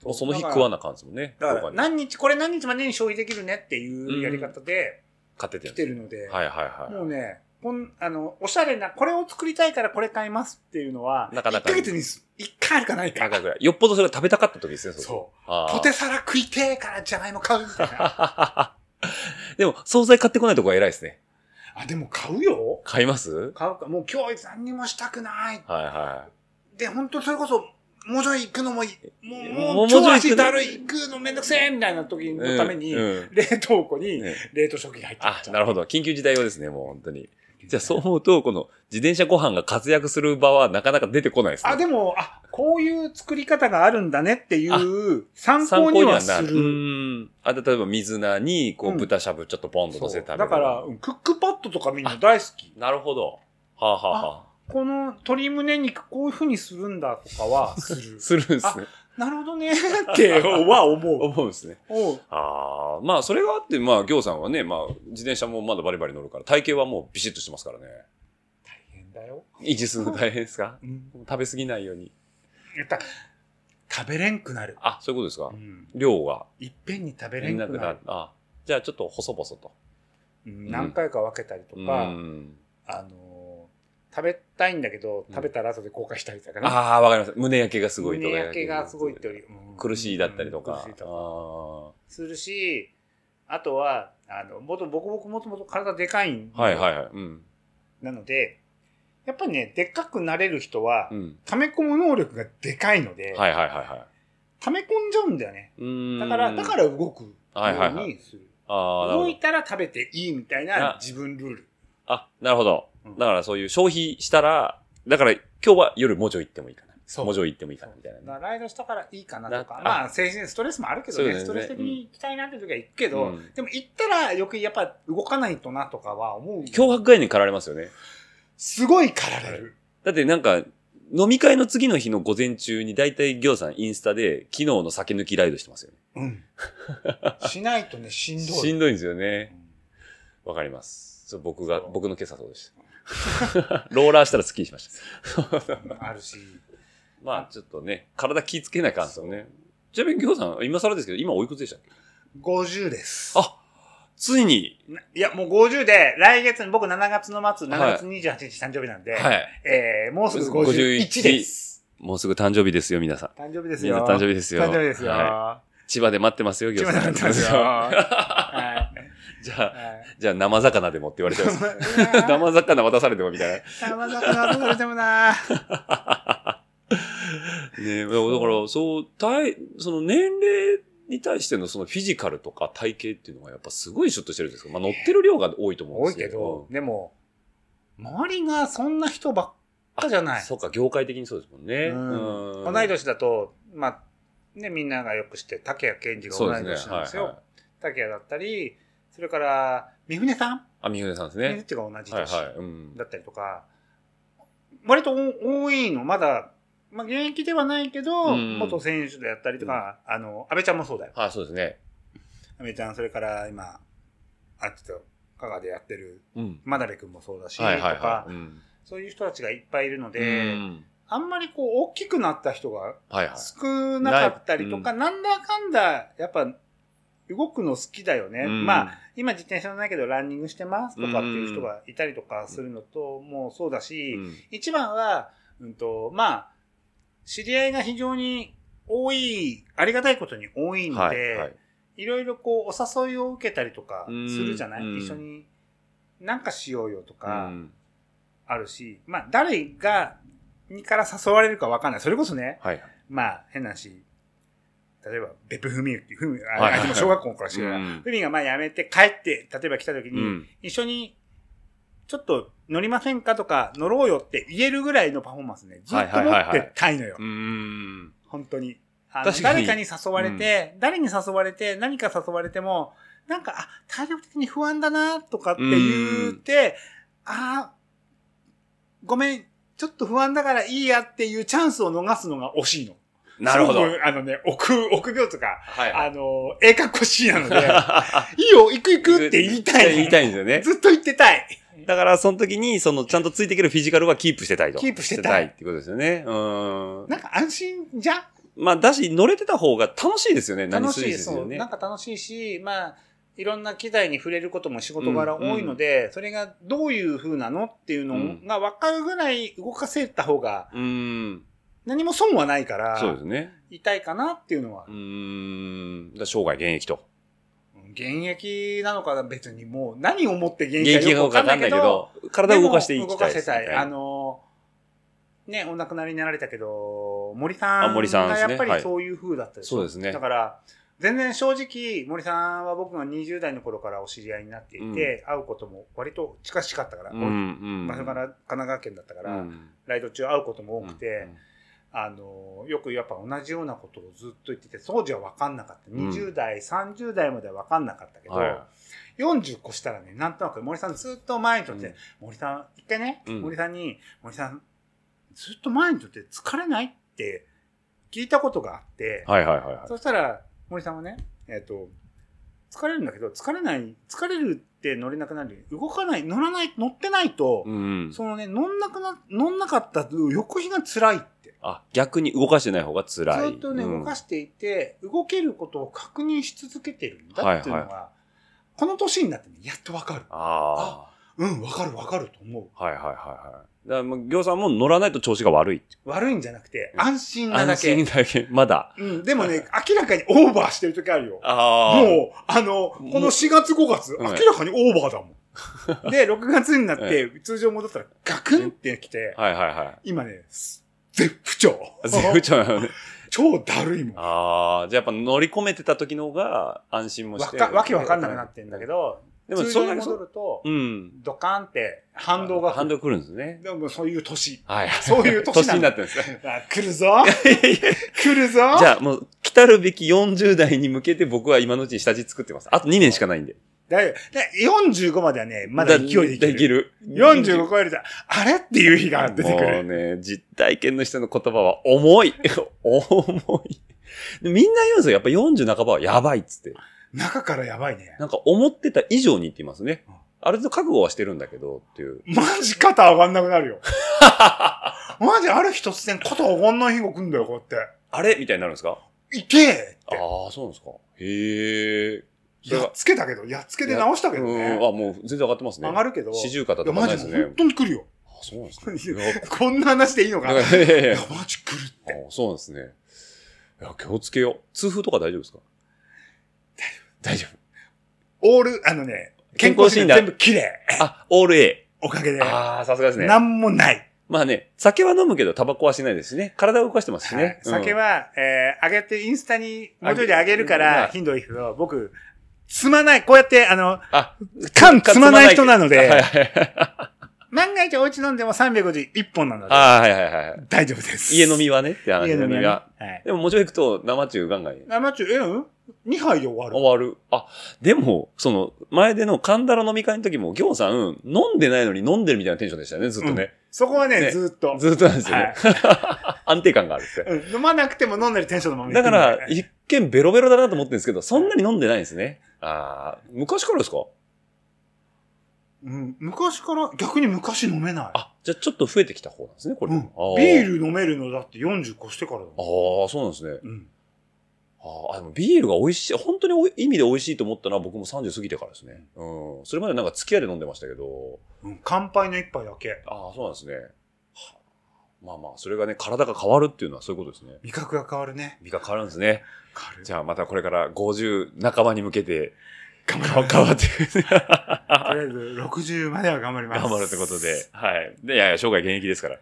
B: もうその日食わなあかんですもんね。
C: だか
B: ど
C: ら
B: っに
C: 何日、これ何日までに消費できるねっていうやり方で
B: 買ってて
C: 来てるので、
B: はいはいはい。
C: もうね、こん、あの、おしゃれな、これを作りたいからこれ買いますっていうのは、
B: なかなか
C: 1ヶ月に1回あるかない
B: なん
C: か。
B: かぐらい。よっぽどそれが食べたかった時ですね、う。
C: そう。
B: あー
C: ポテサラ食いてえからじゃがいも買うみたいな。
B: でも、惣菜買ってこないとこは偉いですね。
C: あ、でも買うよ。
B: 買います
C: 買うか。もう今日何にもしたくない。
B: はいは
C: で、本当それこそ、もうちょい行くのもい、もう、もう、
B: もうちょい
C: 超
B: 行く
C: 足だるい行くのめんどくせえみたいな時
B: い。
C: のために、
B: うんうん
C: 冷凍庫に
B: ね
C: 冷凍食品入って
B: あ、なるほど。緊急事態用ですね、もう本当に。
C: ど
B: じゃあそう思うと、この自転車ご飯が活躍する場はなかなか出てこないですね。
C: あ、でも、あ、こういう作り方があるんだねってい
B: あ
C: う、参
B: 参
C: 考
B: 考に
C: には
B: は
C: す
B: なる。う
C: る。
B: ん。あ、で例えば水菜に、こ
C: う
B: う、
C: ん
B: 豚しゃぶちょっとポンと乗
C: そ
B: せ
C: う
B: て食べ
C: だ
B: る。
C: から、うんクックパッドとかみんな大好き。
B: なるほど。はあ、はあは
C: この鶏胸肉こういう風にするんだとかは、する
B: するんですね。
C: なるほどね、っては 思う。
B: 思うんですね。
C: おう
B: ああ、まあ、それがあって、まあ、行さんはね、まあ、自転車もまだバリバリ乗るから、体型はもうビシッとしてますからね。
C: 大変だよ。
B: 維持するの大変ですか
C: うん。
B: 食べ過ぎないように。
C: やった食べれんくなる。
B: あ、そういうことですか、
C: うん。
B: 量が。
C: いっぺんに食べれ
B: み
C: ん
B: ん
C: くな
B: な
C: る。
B: くなる。あ、じゃあちょっと細々と。
C: うん何回か分けたりとか、
B: うん
C: あのー食べたいんだけど、食べたら後で後悔したりとかね。
B: ああ、わかります。胸焼けがすごいとか。
C: 胸焼けがすごいってより、うん
B: 苦しいだったりとか。
C: 苦しい
B: あ
C: とかするし、あとは、あの、もと、僕僕もともと体でかいんで
B: あはいはいはい。うん。
C: なので、やっぱりね、でっかくなれる人は、
B: うん。
C: 溜め込む能力がでかいので、
B: はいはいはいは
C: 溜め込んじゃうんだよね。
B: い。うん。
C: だから、だから動くよ
B: はいはいうはい
C: にする。
B: ああ、なるほ
C: 動
B: ど
C: い。たら食べていいみたい
B: あ
C: な自分ルール。
B: あ、なるほど
C: う。ん
B: だからそういう消費したら、だから今日は夜もうちょい行ってもいいかな。
C: そう
B: もうちょい行ってもいいかな、みたいなね。
C: だからライドしたからいいかなとか
B: な、
C: まあ精神ストレスもあるけど
B: そう
C: ね
B: ですね
C: ストレス的に行きたいなって時は行くけど、
B: うん
C: でも行ったらよくやっぱ動かないとなとかは思う。
B: 脅迫概念かられますよね。
C: すごいかられる。
B: だってなんか、飲み会の次の日の午前中に大体行さんインスタで昨日の酒抜きライドしてますよね。
C: うん。しないとね、しんどい。
B: しんどいんですよね。
C: うん
B: わかります。そう僕が、僕の今朝そうでした。 ローラーしたらスッキリしました。
C: あるし。
B: まあちょっとね、体気ぃつけない感じですよね。ちなみに行さん、今更ですけど、今おいくつでしたっけ
C: 50です。
B: あついに、
C: いや、もう50で、来月、僕7月の末、7月28日誕生日なんで、
B: はい。
C: えー、もうすぐ51です。
B: もうすぐ誕生日ですよ、皆さん。
C: 誕生日です
B: みん
C: よ。
B: な誕生日ですよ。
C: 誕生日ですよ。
B: は
C: はい
B: 千葉で待ってますよ、
C: い、
B: 行さん。
C: 誕生日ですよ。は
B: じゃ
C: い
B: あ、
C: はい
B: じゃあ生魚でもって言われちゃうん です。
C: 生
B: 生魚渡されてもみたいな。
C: 魚されてもな
B: ねだから、そう、体、その年齢に対してのそのフィジカルとか体型っていうのがやっぱすごいシュッとしてるんですけど、まあ乗ってる量が多いと思うん
C: 多
B: で
C: い
B: すけ
C: けど
B: ど。、
C: でも、周りがそんな人ばっかじゃない。
B: そうか、業界的にそうですもんね。
C: うん
B: うん
C: 同い年だと、まあ、ね、みんながよく知ってる竹谷健二が
B: そ
C: 同
B: う
C: い
B: です
C: 年
B: ね。
C: なんですよ。
B: はいはい。
C: 竹谷だったり、それから、三船さん
B: あ、三船さんです
C: 三船っ
B: ね。
C: ていうか同じ
B: はい
C: 年
B: はい。うん。
C: だったりとか、割とお多いの、まだ、まあ、現役ではないけど、
B: うん
C: 元選手でやったりとか、あの、安倍ちゃんもそうだよ。
B: あ、そうですね。
C: 安倍ちゃん、それから今、あっちと、香川でやってる
B: うん。
C: 真鍋君もそうだし、
B: はいはい
C: と
B: は
C: か
B: い。うん
C: そういう人たちがいっぱいいるの
B: う
C: で、
B: ん
C: あんまりこう大きくなった人が
B: はいはい。
C: 少なかったりとか、なんだかんだ、やっぱ、動くの好きだよね。
B: うん
C: まあ、、今自転車じゃないけどランニングしてますとかっていう人がいたりとかするのと、もうそうだし、
B: うん
C: 一番は、うんと、まあ、知り合いが非常に多い、ありがたいことに多いので、
B: はいはい。
C: いろいろこう、お誘いを受けたりとかするじゃない、
B: うん
C: 一緒に、なんかしようよとか
B: う、ん
C: あるし、まあ、誰が、にから誘われるかわかんない。それこそね、
B: はいはい。
C: まあ、変な話、例えば、ベプフミユっていう、フミ、
B: は
C: あ
B: いはい
C: あいつも小学校の頃から知るから、
B: うん
C: フミがまあ辞めて帰って、例えば来た時に、
B: うん
C: 一緒に、ちょっと乗りませんかとか、乗ろうよって言えるぐらいのパフォーマンスね、ずっと持ってたいのよ。
B: うん。
C: 本当に。あの
B: 確かに
C: 誰かに誘われて、誰に誘われて、何か誘われても、なんか、あ、体力的に不安だな、とかって言って、あーごめん、ちょっと不安だからいいやっていうチャンスを逃すのが惜しいの。
B: なるほど。
C: すごくあのね、臆、臆病とか、
B: はいはい。
C: あの、ええかっこしいな ので、いいよ、行く行くって言いたい。
B: 言いたいんですよね。
C: ずっと言ってたい。
B: だから、その時に、その、ちゃんとついていけるフィジカルはキープしてたいと。
C: キープしてたい
B: ってことですよね。うん。
C: なんか安心じゃん
B: まあ、だし、乗れてた方が楽しいですよね。何
C: 楽
B: す
C: し
B: るに
C: い、
B: せよ
C: そう。
B: ね
C: なん。か楽しいし、まあ、いろんな機材に触れることも仕事柄多いので、それがどういう風なのっていう
B: う
C: の
B: ん
C: が分かるぐらい動かせた方が
B: うん。
C: 何も損はないから、
B: そうですね。
C: 痛いかなっていうのは
B: う、ん。だから生涯現役と。
C: 現役なのか別にもう何をもって現
B: 現役
C: 役
B: が
C: かよく
B: 分か
C: わ
B: ん
C: か
B: なんい
C: ない
B: け
C: けど、
B: ど、体を動かしてい
C: でも
B: き
C: 動
B: た
C: か
B: いで
C: せ
B: すね。
C: たい。あの、ね、お亡くなりになられたけど、森さ
B: あ
C: ん
B: 森さんで
C: が
B: す
C: や
B: ね
C: っぱ
B: は
C: り
B: い
C: そういう風だったでしょ
B: そうですね
C: だから、全然正直、森さんは僕が20代の頃からお知り合いになっていて、会うことも割と近しかったから、
B: うん、うん。
C: 場所から神奈川県だったから、
B: うん、
C: ライド中会うことも多くて、
B: うん
C: あの、よくやっぱ同じようなことをずっと言ってて、当時は分かんなかった。
B: ん
C: 20代、30代までは分かんなかったけど、
B: はい。
C: 40個したらね、なんとなく森さんずっと前にとって、森さん、一回ね、
B: うん
C: 森さんに、森さん、ずっと前にとって疲れないって聞いたことがあって、
B: はいはいはいは
C: そしたら森さんはね、えっ、と、疲れるんだけど、疲れない、疲れるって乗れなくなる。動かない、乗らない、乗ってないと
B: い。、うん。
C: そのね、乗んなくな、乗んなかった翌日が辛いって。
B: あ、逆に動かしてない方が辛い。
C: ずっとね、動か
B: し
C: していて、動けることを確認し続けてるんだっていうのが、この年になってね、やっとわかる。
B: あ
C: うん、わかるわかると思う。
B: あ。はいはいはいはい。だからもう、行さんも乗らないと調子が悪いって。
C: 悪いんじゃなくて、
B: うん
C: 安心なだ
B: 安
C: け。
B: 心だけ。まだ。
C: うん、でもね、明らかにオーバーしてる時あるよ。
B: ああ。
C: もう、あの、この4月5月、
B: うん
C: 明らかにオーバーだ もん。で、6月になって、通常戻ったら、ガクンってきて、
B: はいはいはい。
C: 今ね、す絶不調。
B: 全部ちゃうよね。
C: 超だるいもん。
B: ああ、じゃあやっぱ乗り込めてた時の方が安心も
C: わ
B: して。
C: か、わけわかんなくなってんだけど、
B: でも
C: 通
B: そん
C: 常
B: な
C: に
B: にそ
C: 戻ると、
B: うん。
C: ドカンって反動が来
B: 反
C: る。
B: 動来るんですね。
C: でもそういう年。
B: はい。
C: そ ういう年な
B: に
C: ん
B: な
C: だ
B: ってるんですね。
C: あ来るぞ来るぞ
B: じゃあもう、来たるべき40代に向けて僕は今のうちに下地作ってます。あと2年しかないんで。
C: だいだ45まではね、まだ勢いでいけ
B: でき
C: る。
B: る。
C: 45超えると、あれっていう日が出てく
B: もう
C: る。
B: ね、実体験の人の言葉は重い。重い。みんな言うんですよ。やっぱ40半ばはやばいっつって。
C: 中からやばいね。
B: なんか思ってた以上にって言いますね
C: うん。
B: ある程度覚悟はしてるんだけどっていう。
C: マジ肩上がんなくなる よ。マジある日突然肩上がんない日が来るんだよ、こうやっ
B: あれみたいになるんですか
C: て。いけ
B: ああ、そうなんですか。へえ。それ
C: や
B: が
C: っつけたけど、やっつけて直したけど
B: うんあ、
C: ね。
B: もう全然上がってますね。
C: 上がるけど。
B: 四
C: い
B: 十肩
C: や、
B: とかな
C: マ
B: いで
C: ジ
B: す
C: で
B: ね
C: 本。当に来るよ。
B: あそうなんですね。いや
C: こんな話でいいのか。いや、
B: いやいやいや
C: マジ来るって。
B: あそうなんですね。いや、気をつけよう。痛風とか大丈夫ですか大丈夫。
C: オール、あのね、
B: 健康
C: 健康
B: 診
C: 診
B: 断
C: 断全部綺麗。
B: あ、オール A。
C: おかげで。
B: ああ、さすがですね。
C: なんもない。
B: まあね、酒は飲むけど、タバコはしないですしね。体を動かしてますし
C: はい
B: ね。
C: 酒
B: は、
C: は、えー、上げて、インスタに、もうちょいで上げるか
B: あ
C: ら、
B: げ
C: 頻度いいけど、僕、積まない、こうやって、あの、
B: あ、
C: 缶積まない人なの
B: はいはい
C: で、
B: はい。
C: 万が一お家飲んでも350、1本なので、
B: あーはいはいはいはい。
C: 大丈夫です。
B: 家飲みはね、って話
C: 家飲みはね。
B: は。
C: はい。
B: でも、もうちょい行くと生中ガンガン
C: 生中、えうん ?2 杯で終
B: 終
C: わる。
B: わる。あ、でも、その、前での神田の飲み会の時も、行さん、飲んでないのに飲んでるみたいなテンションでしたよね、ずっとね。
C: そこは
B: ね
C: ね、ずーっと。
B: ずっとなんですよね。 安定感があるって。
C: うん飲まなくても飲んでるテンションのまま
B: だか
C: 行く
B: ら、
C: んで
B: 一見ベロベロだなと思ってるんですけど、そんなに飲んでないんですね。ああ、昔からですか
C: うん、昔から、逆に昔飲めない。
B: あ、じゃあちょっと増えてきた方なんですね、これ。
C: う
B: あ
C: んビ
B: ル
C: ール飲めるのだって40越してからだもん。
B: ああ、そうなんですね。
C: うん。
B: ああ、でもビールが美味しい、本当におい意味で美味しいと思ったのは僕も30過ぎてからですね。うん。それまでなんか付き合いで飲んでましたけど、
C: うん乾杯の一杯だけ。
B: ああ、そうなんですね。はあまあまあ、それがね、体が変わるっていうのはそういうことですね。
C: 味覚が変わるね。
B: 身が変わるんですね。
C: 変わる。
B: じゃあまたこれから50半ばに向けて、
C: 頑
B: 変わ変 わっていく、
C: とりあえず60までは頑張ります。
B: 頑張るってことで。。はい。で、いやいや、生涯現役ですから。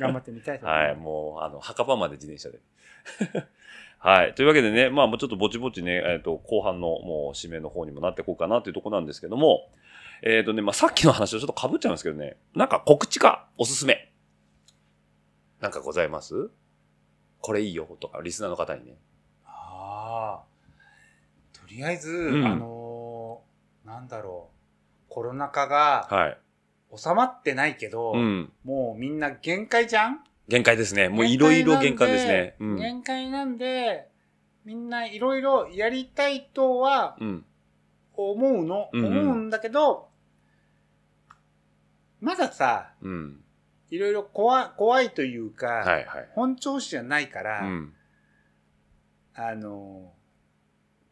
C: 頑張ってみたいと思
B: はいい。
C: ま
B: もう、あの、墓場まで自転車で。 はい。というわけでね、まあ、もうちょっとぼちぼちね、えっ、と、後半のもう締めの方にもなっていこうかなっていうところなんですけども、えっ、とね、まあ、さっきの話とちょっと被っちゃうんですけどね、なんか告知か、おすすめ。なんかございますこれいいよとか、リスナーの方にね。
C: す。ああ。とりあえず、
B: ん
C: あのーなんだろう。コロナ禍が
B: はい。
C: 収まってないけど、
B: うん。
C: もうみんな限界じゃん
B: 限界ですね。もういろいろ限界ですね。う
C: なんで
B: ん。
C: 限界なんで、みんないろいろやりたいとは
B: うん。
C: 思うの、
B: うんうん
C: 思うんだけど、まださ、
B: うん。
C: いろいろ怖怖いというか、
B: はいはい。
C: 本調子じゃないから、
B: うん。
C: あの、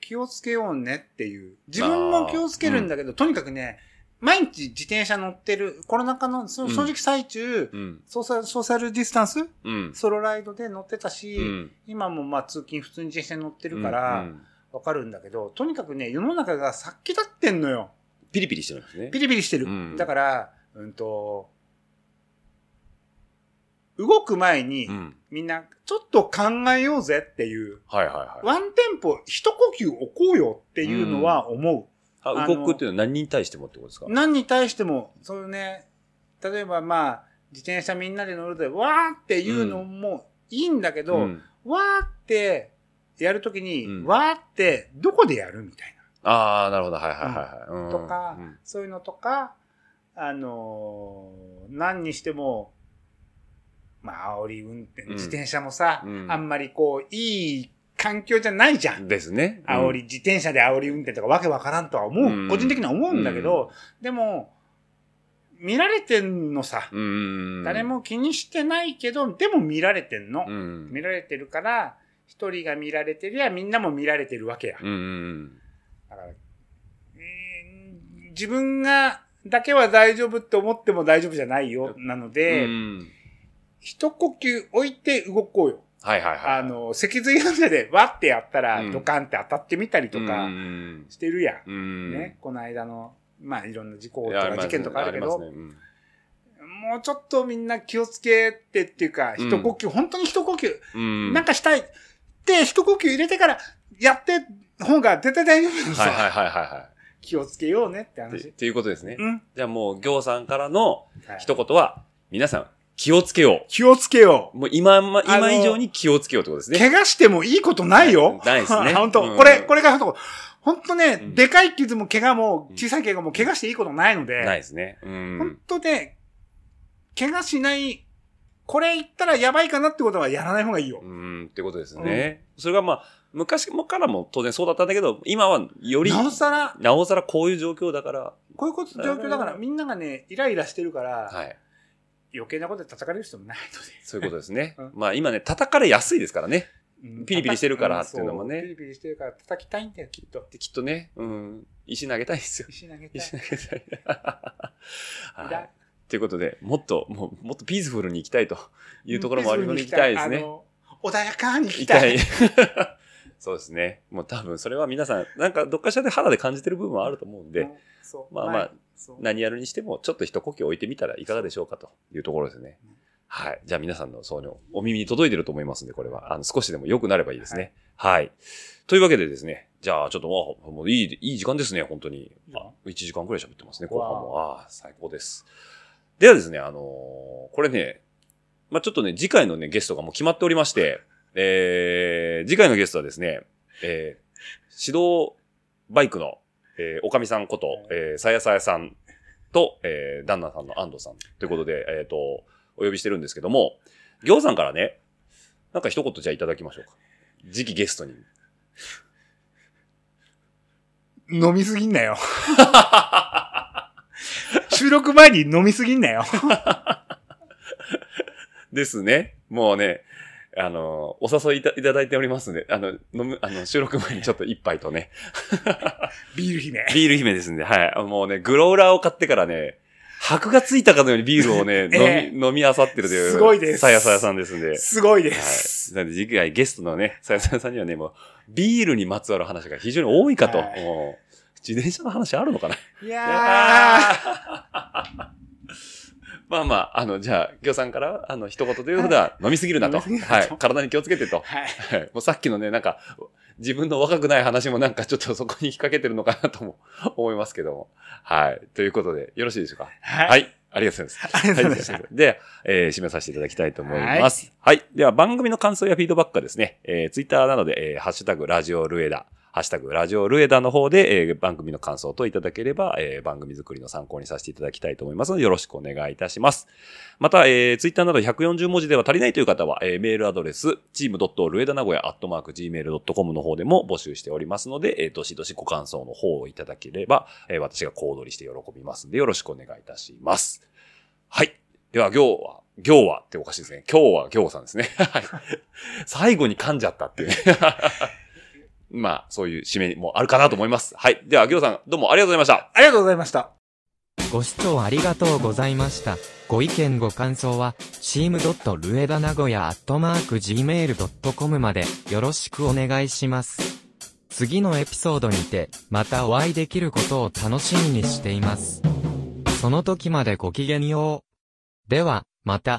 C: 気をつけようねっていう。自分も気をつけるんだけど、とにかくね、毎日自転車乗ってる、コロナ禍の、そ
B: うん
C: 正直最中、
B: うん。
C: ソーシャル、ソーシャルディスタンス
B: うん。
C: ソロライドで乗ってたし、
B: うん。
C: 今もまあ通勤普通に自転車に乗ってるから、
B: うん、
C: わかるんだけど、とにかくね、世の中が殺気立ってんのよ。
B: ピリピリしてるんですね。
C: ピリピリしてる。
B: うん
C: だから、うんと、動く前に、
B: うん。
C: みんな、ちょっと考えようぜっていう。
B: はいはいはい。
C: ワンテンポ、一呼吸置こうよっていうのは思
B: あ
C: あ
B: 動
C: の
B: くっていうのは何に対してもってことですか
C: う。何に対しても、そのね、例えばまあ、自転車みんなで乗るで、わーっていうのもいいんだけど、
B: うん
C: わーってやるときに、
B: うん
C: わーってどこでやるみたいな。
B: ああ、なるほど。はいはいはいはい。うん
C: とか
B: うん
C: そういうのとか、あのー何にしても、まあ、煽り運転、
B: ん
C: 自転車もさ、
B: うん
C: あんまりこう、いい環境じゃないじゃん。
B: ですね。うん
C: 煽り、自転車で煽り運転とかわけわからんとは思う、
B: うん
C: 個人的には思うんだけど、でも、見られてんのさ、
B: うんうんうん。
C: 誰も気にしてないけど、でも見られてんの。
B: うん。うん
C: 見られてるから、一人が見られてりゃみんなも見られてるわけや。
B: うんうん。
C: だから、えー自分が、だけは大丈夫って思っても大丈夫じゃないよ、なので、
B: うん
C: 一呼吸置いて動こうよ。
B: はいはいはい。
C: あの、脊髄反射でわってやったら
B: う、ん
C: ドカンって当たってみたりと
B: う
C: か
B: ん
C: してるやん。
B: うんうん。
C: ね、この間の、まあいろんな事故
B: い
C: と
B: や。
C: か事件とかあるけ
B: り
C: ど、
B: ますねりますね
C: もうちょっとみんな気をつけてっていうか、
B: うん
C: 一呼吸、本当に一呼吸、
B: うんうん。
C: なんかしたいって一呼吸入れてからやって、方が絶対大丈夫ですよ。
B: はいはいはいは
C: 気をつけようねって
B: いはい。って
C: 話。
B: っていうことですね。
C: うん。
B: じゃあもう、行さんからの
C: はい
B: 一言は、皆さん、気をつけよ
C: 気をつけよ
B: う。もう今ま、
C: あの
B: 今以上に気をつけようってことです
C: う。
B: ね。
C: 怪我してもいいことないよ。
B: ないですね
C: 本
B: う
C: 当
B: ん
C: これ、これが本当本当ね、
B: うん
C: でかい傷も怪我も
B: うん
C: 小さい怪我も怪我していいことないの
B: ない
C: で、
B: ですね。う
C: 本
B: ん。
C: 当ね、怪我しない、これ言ったらやばいかなってことはやらない方がいいよ
B: う。ん、ってことですね。それがまあ、昔もからも当然そうだったんだけど、今はより、
C: なおさら、
B: なおさらこういう状況だから、
C: こういうこと状況だから、みんながね、イライラしてるから、
B: はい。
C: 余計なことで叩かれる人もないので。。
B: そういうことですね
C: うん
B: まあ今ね、叩かれやすいですからね。
C: うん
B: ピリピリしてるからっていうのもね
C: そピリピリしてるから叩きたいんだよ、きっと。
B: できっとね、うん、石投げたいですよ。
C: 石投げたい
B: 石。投げ たい。は
C: だ
B: い。ということで、もっと、もう、もっとピースフルに行きたいというところもあります。行きたいです
C: あ
B: ね。
C: の。穏やかに行
B: 行き
C: き
B: た
C: た
B: い
C: い。。
B: そうですね。もう多分それは皆さん、なんかどっかしらで肌で感じてる部分はあると思うん
C: う
B: で
C: ん、そう
B: まあまあ
C: はいそう
B: 何やるにしても、ちょっと一呼吸置いてみたらいかがでしょうかというところですね。はい。じゃあ皆さんの、そうの、お耳に届いてると思いますんで、これは。あの、少しでも良くなればいいですね。はい。というわけでですね、じゃあちょっともう、もういい、いい時間ですね、本当に。あ、1時間くらい喋ってますね、後半も。ああ、最高です。ではですね、あのーこれね、まあちょっとね、次回のね、ゲストがもう決まっておりまして、えー、次回のゲストはですね、えー、指導バイクの、えー、おかみさんこと、えー、さやさやさんと、えー、旦那さんの安藤さんということで、えっ、と、お呼びしてるんですけども、行さんからね、なんか一言じゃあいただきましょうか。次期ゲストに。
C: 飲みすぎん なよ。収録前に飲みすぎんなよ。
B: ですね。もうね、あの、お誘いいたいただいておりますんで、あの、飲む、あの、収録前にちょっと一杯とね、
C: ビール姫。
B: ビール姫ですんで、はい。もうね、グローラーを買ってからね、箔がついたかのようにビールをね、
C: ええ
B: 飲み、飲み漁ってるという。
C: すごいです
B: さやさやさんですんで。はい。
C: すごいです。
B: なんで次回ゲストのね、さやさやさんにはね、もう、ビールにまつわる話が非常に多いかと。
C: はい
B: もう自転車の話あるのかないや
C: や
B: ー まあまあ、あの、じゃあ、ぎょうさんから、あの、一言ということは、飲みすぎるなと。
C: 飲みすぎる
B: は
C: なと
B: い。体に気をつけてと
C: ー。。はい。
B: はいもうさっきのね、なんか、自分の若くない話もなんかちょっとそこに引っ掛けてるのかなとも思いますけども。はい。ということで、よろしいでしょうか。
C: は。
B: はいい。ありがとうございます。
C: ありがとうございました
B: は。で、えー締めさせていただきたいと思います。はい,、では、番組の感想やフィードバックはですね、えー、ツイッターなどで、えーハッシュタグラジオルエダ、ハッシュタグラジオルエダの方で、えー番組の感想といただければ、えー番組作りの参考にさせていただきたいと思いますので、よろしくお願いいたします。また、えー、ツイッターなど140文字では足りないという方は、えーメールアドレス、チームルエダ名古屋アットマーク Gmail.com の方でも募集しておりますので、えー、どしどしご感想の方をいただければ、えー私が小躍りして喜びますので、よろしくお願いいたします。はい。では、行は、行はっておかしいですね。今日は行さんですね。 はい。最後に噛んじゃったっていうね。 まあ、そういう締めもあるかなと思います。はい。では、行さん、どうもありがとうございました。
C: ありがとうございました。
D: ご視聴ありがとうございました。ご意見ご感想は、チームドットルエダ名古屋アットマーク Gmail.com までよろしくお願いします。次のエピソードにて、またお会いできることを楽しみにしています。その時までごきげんよう。では、また。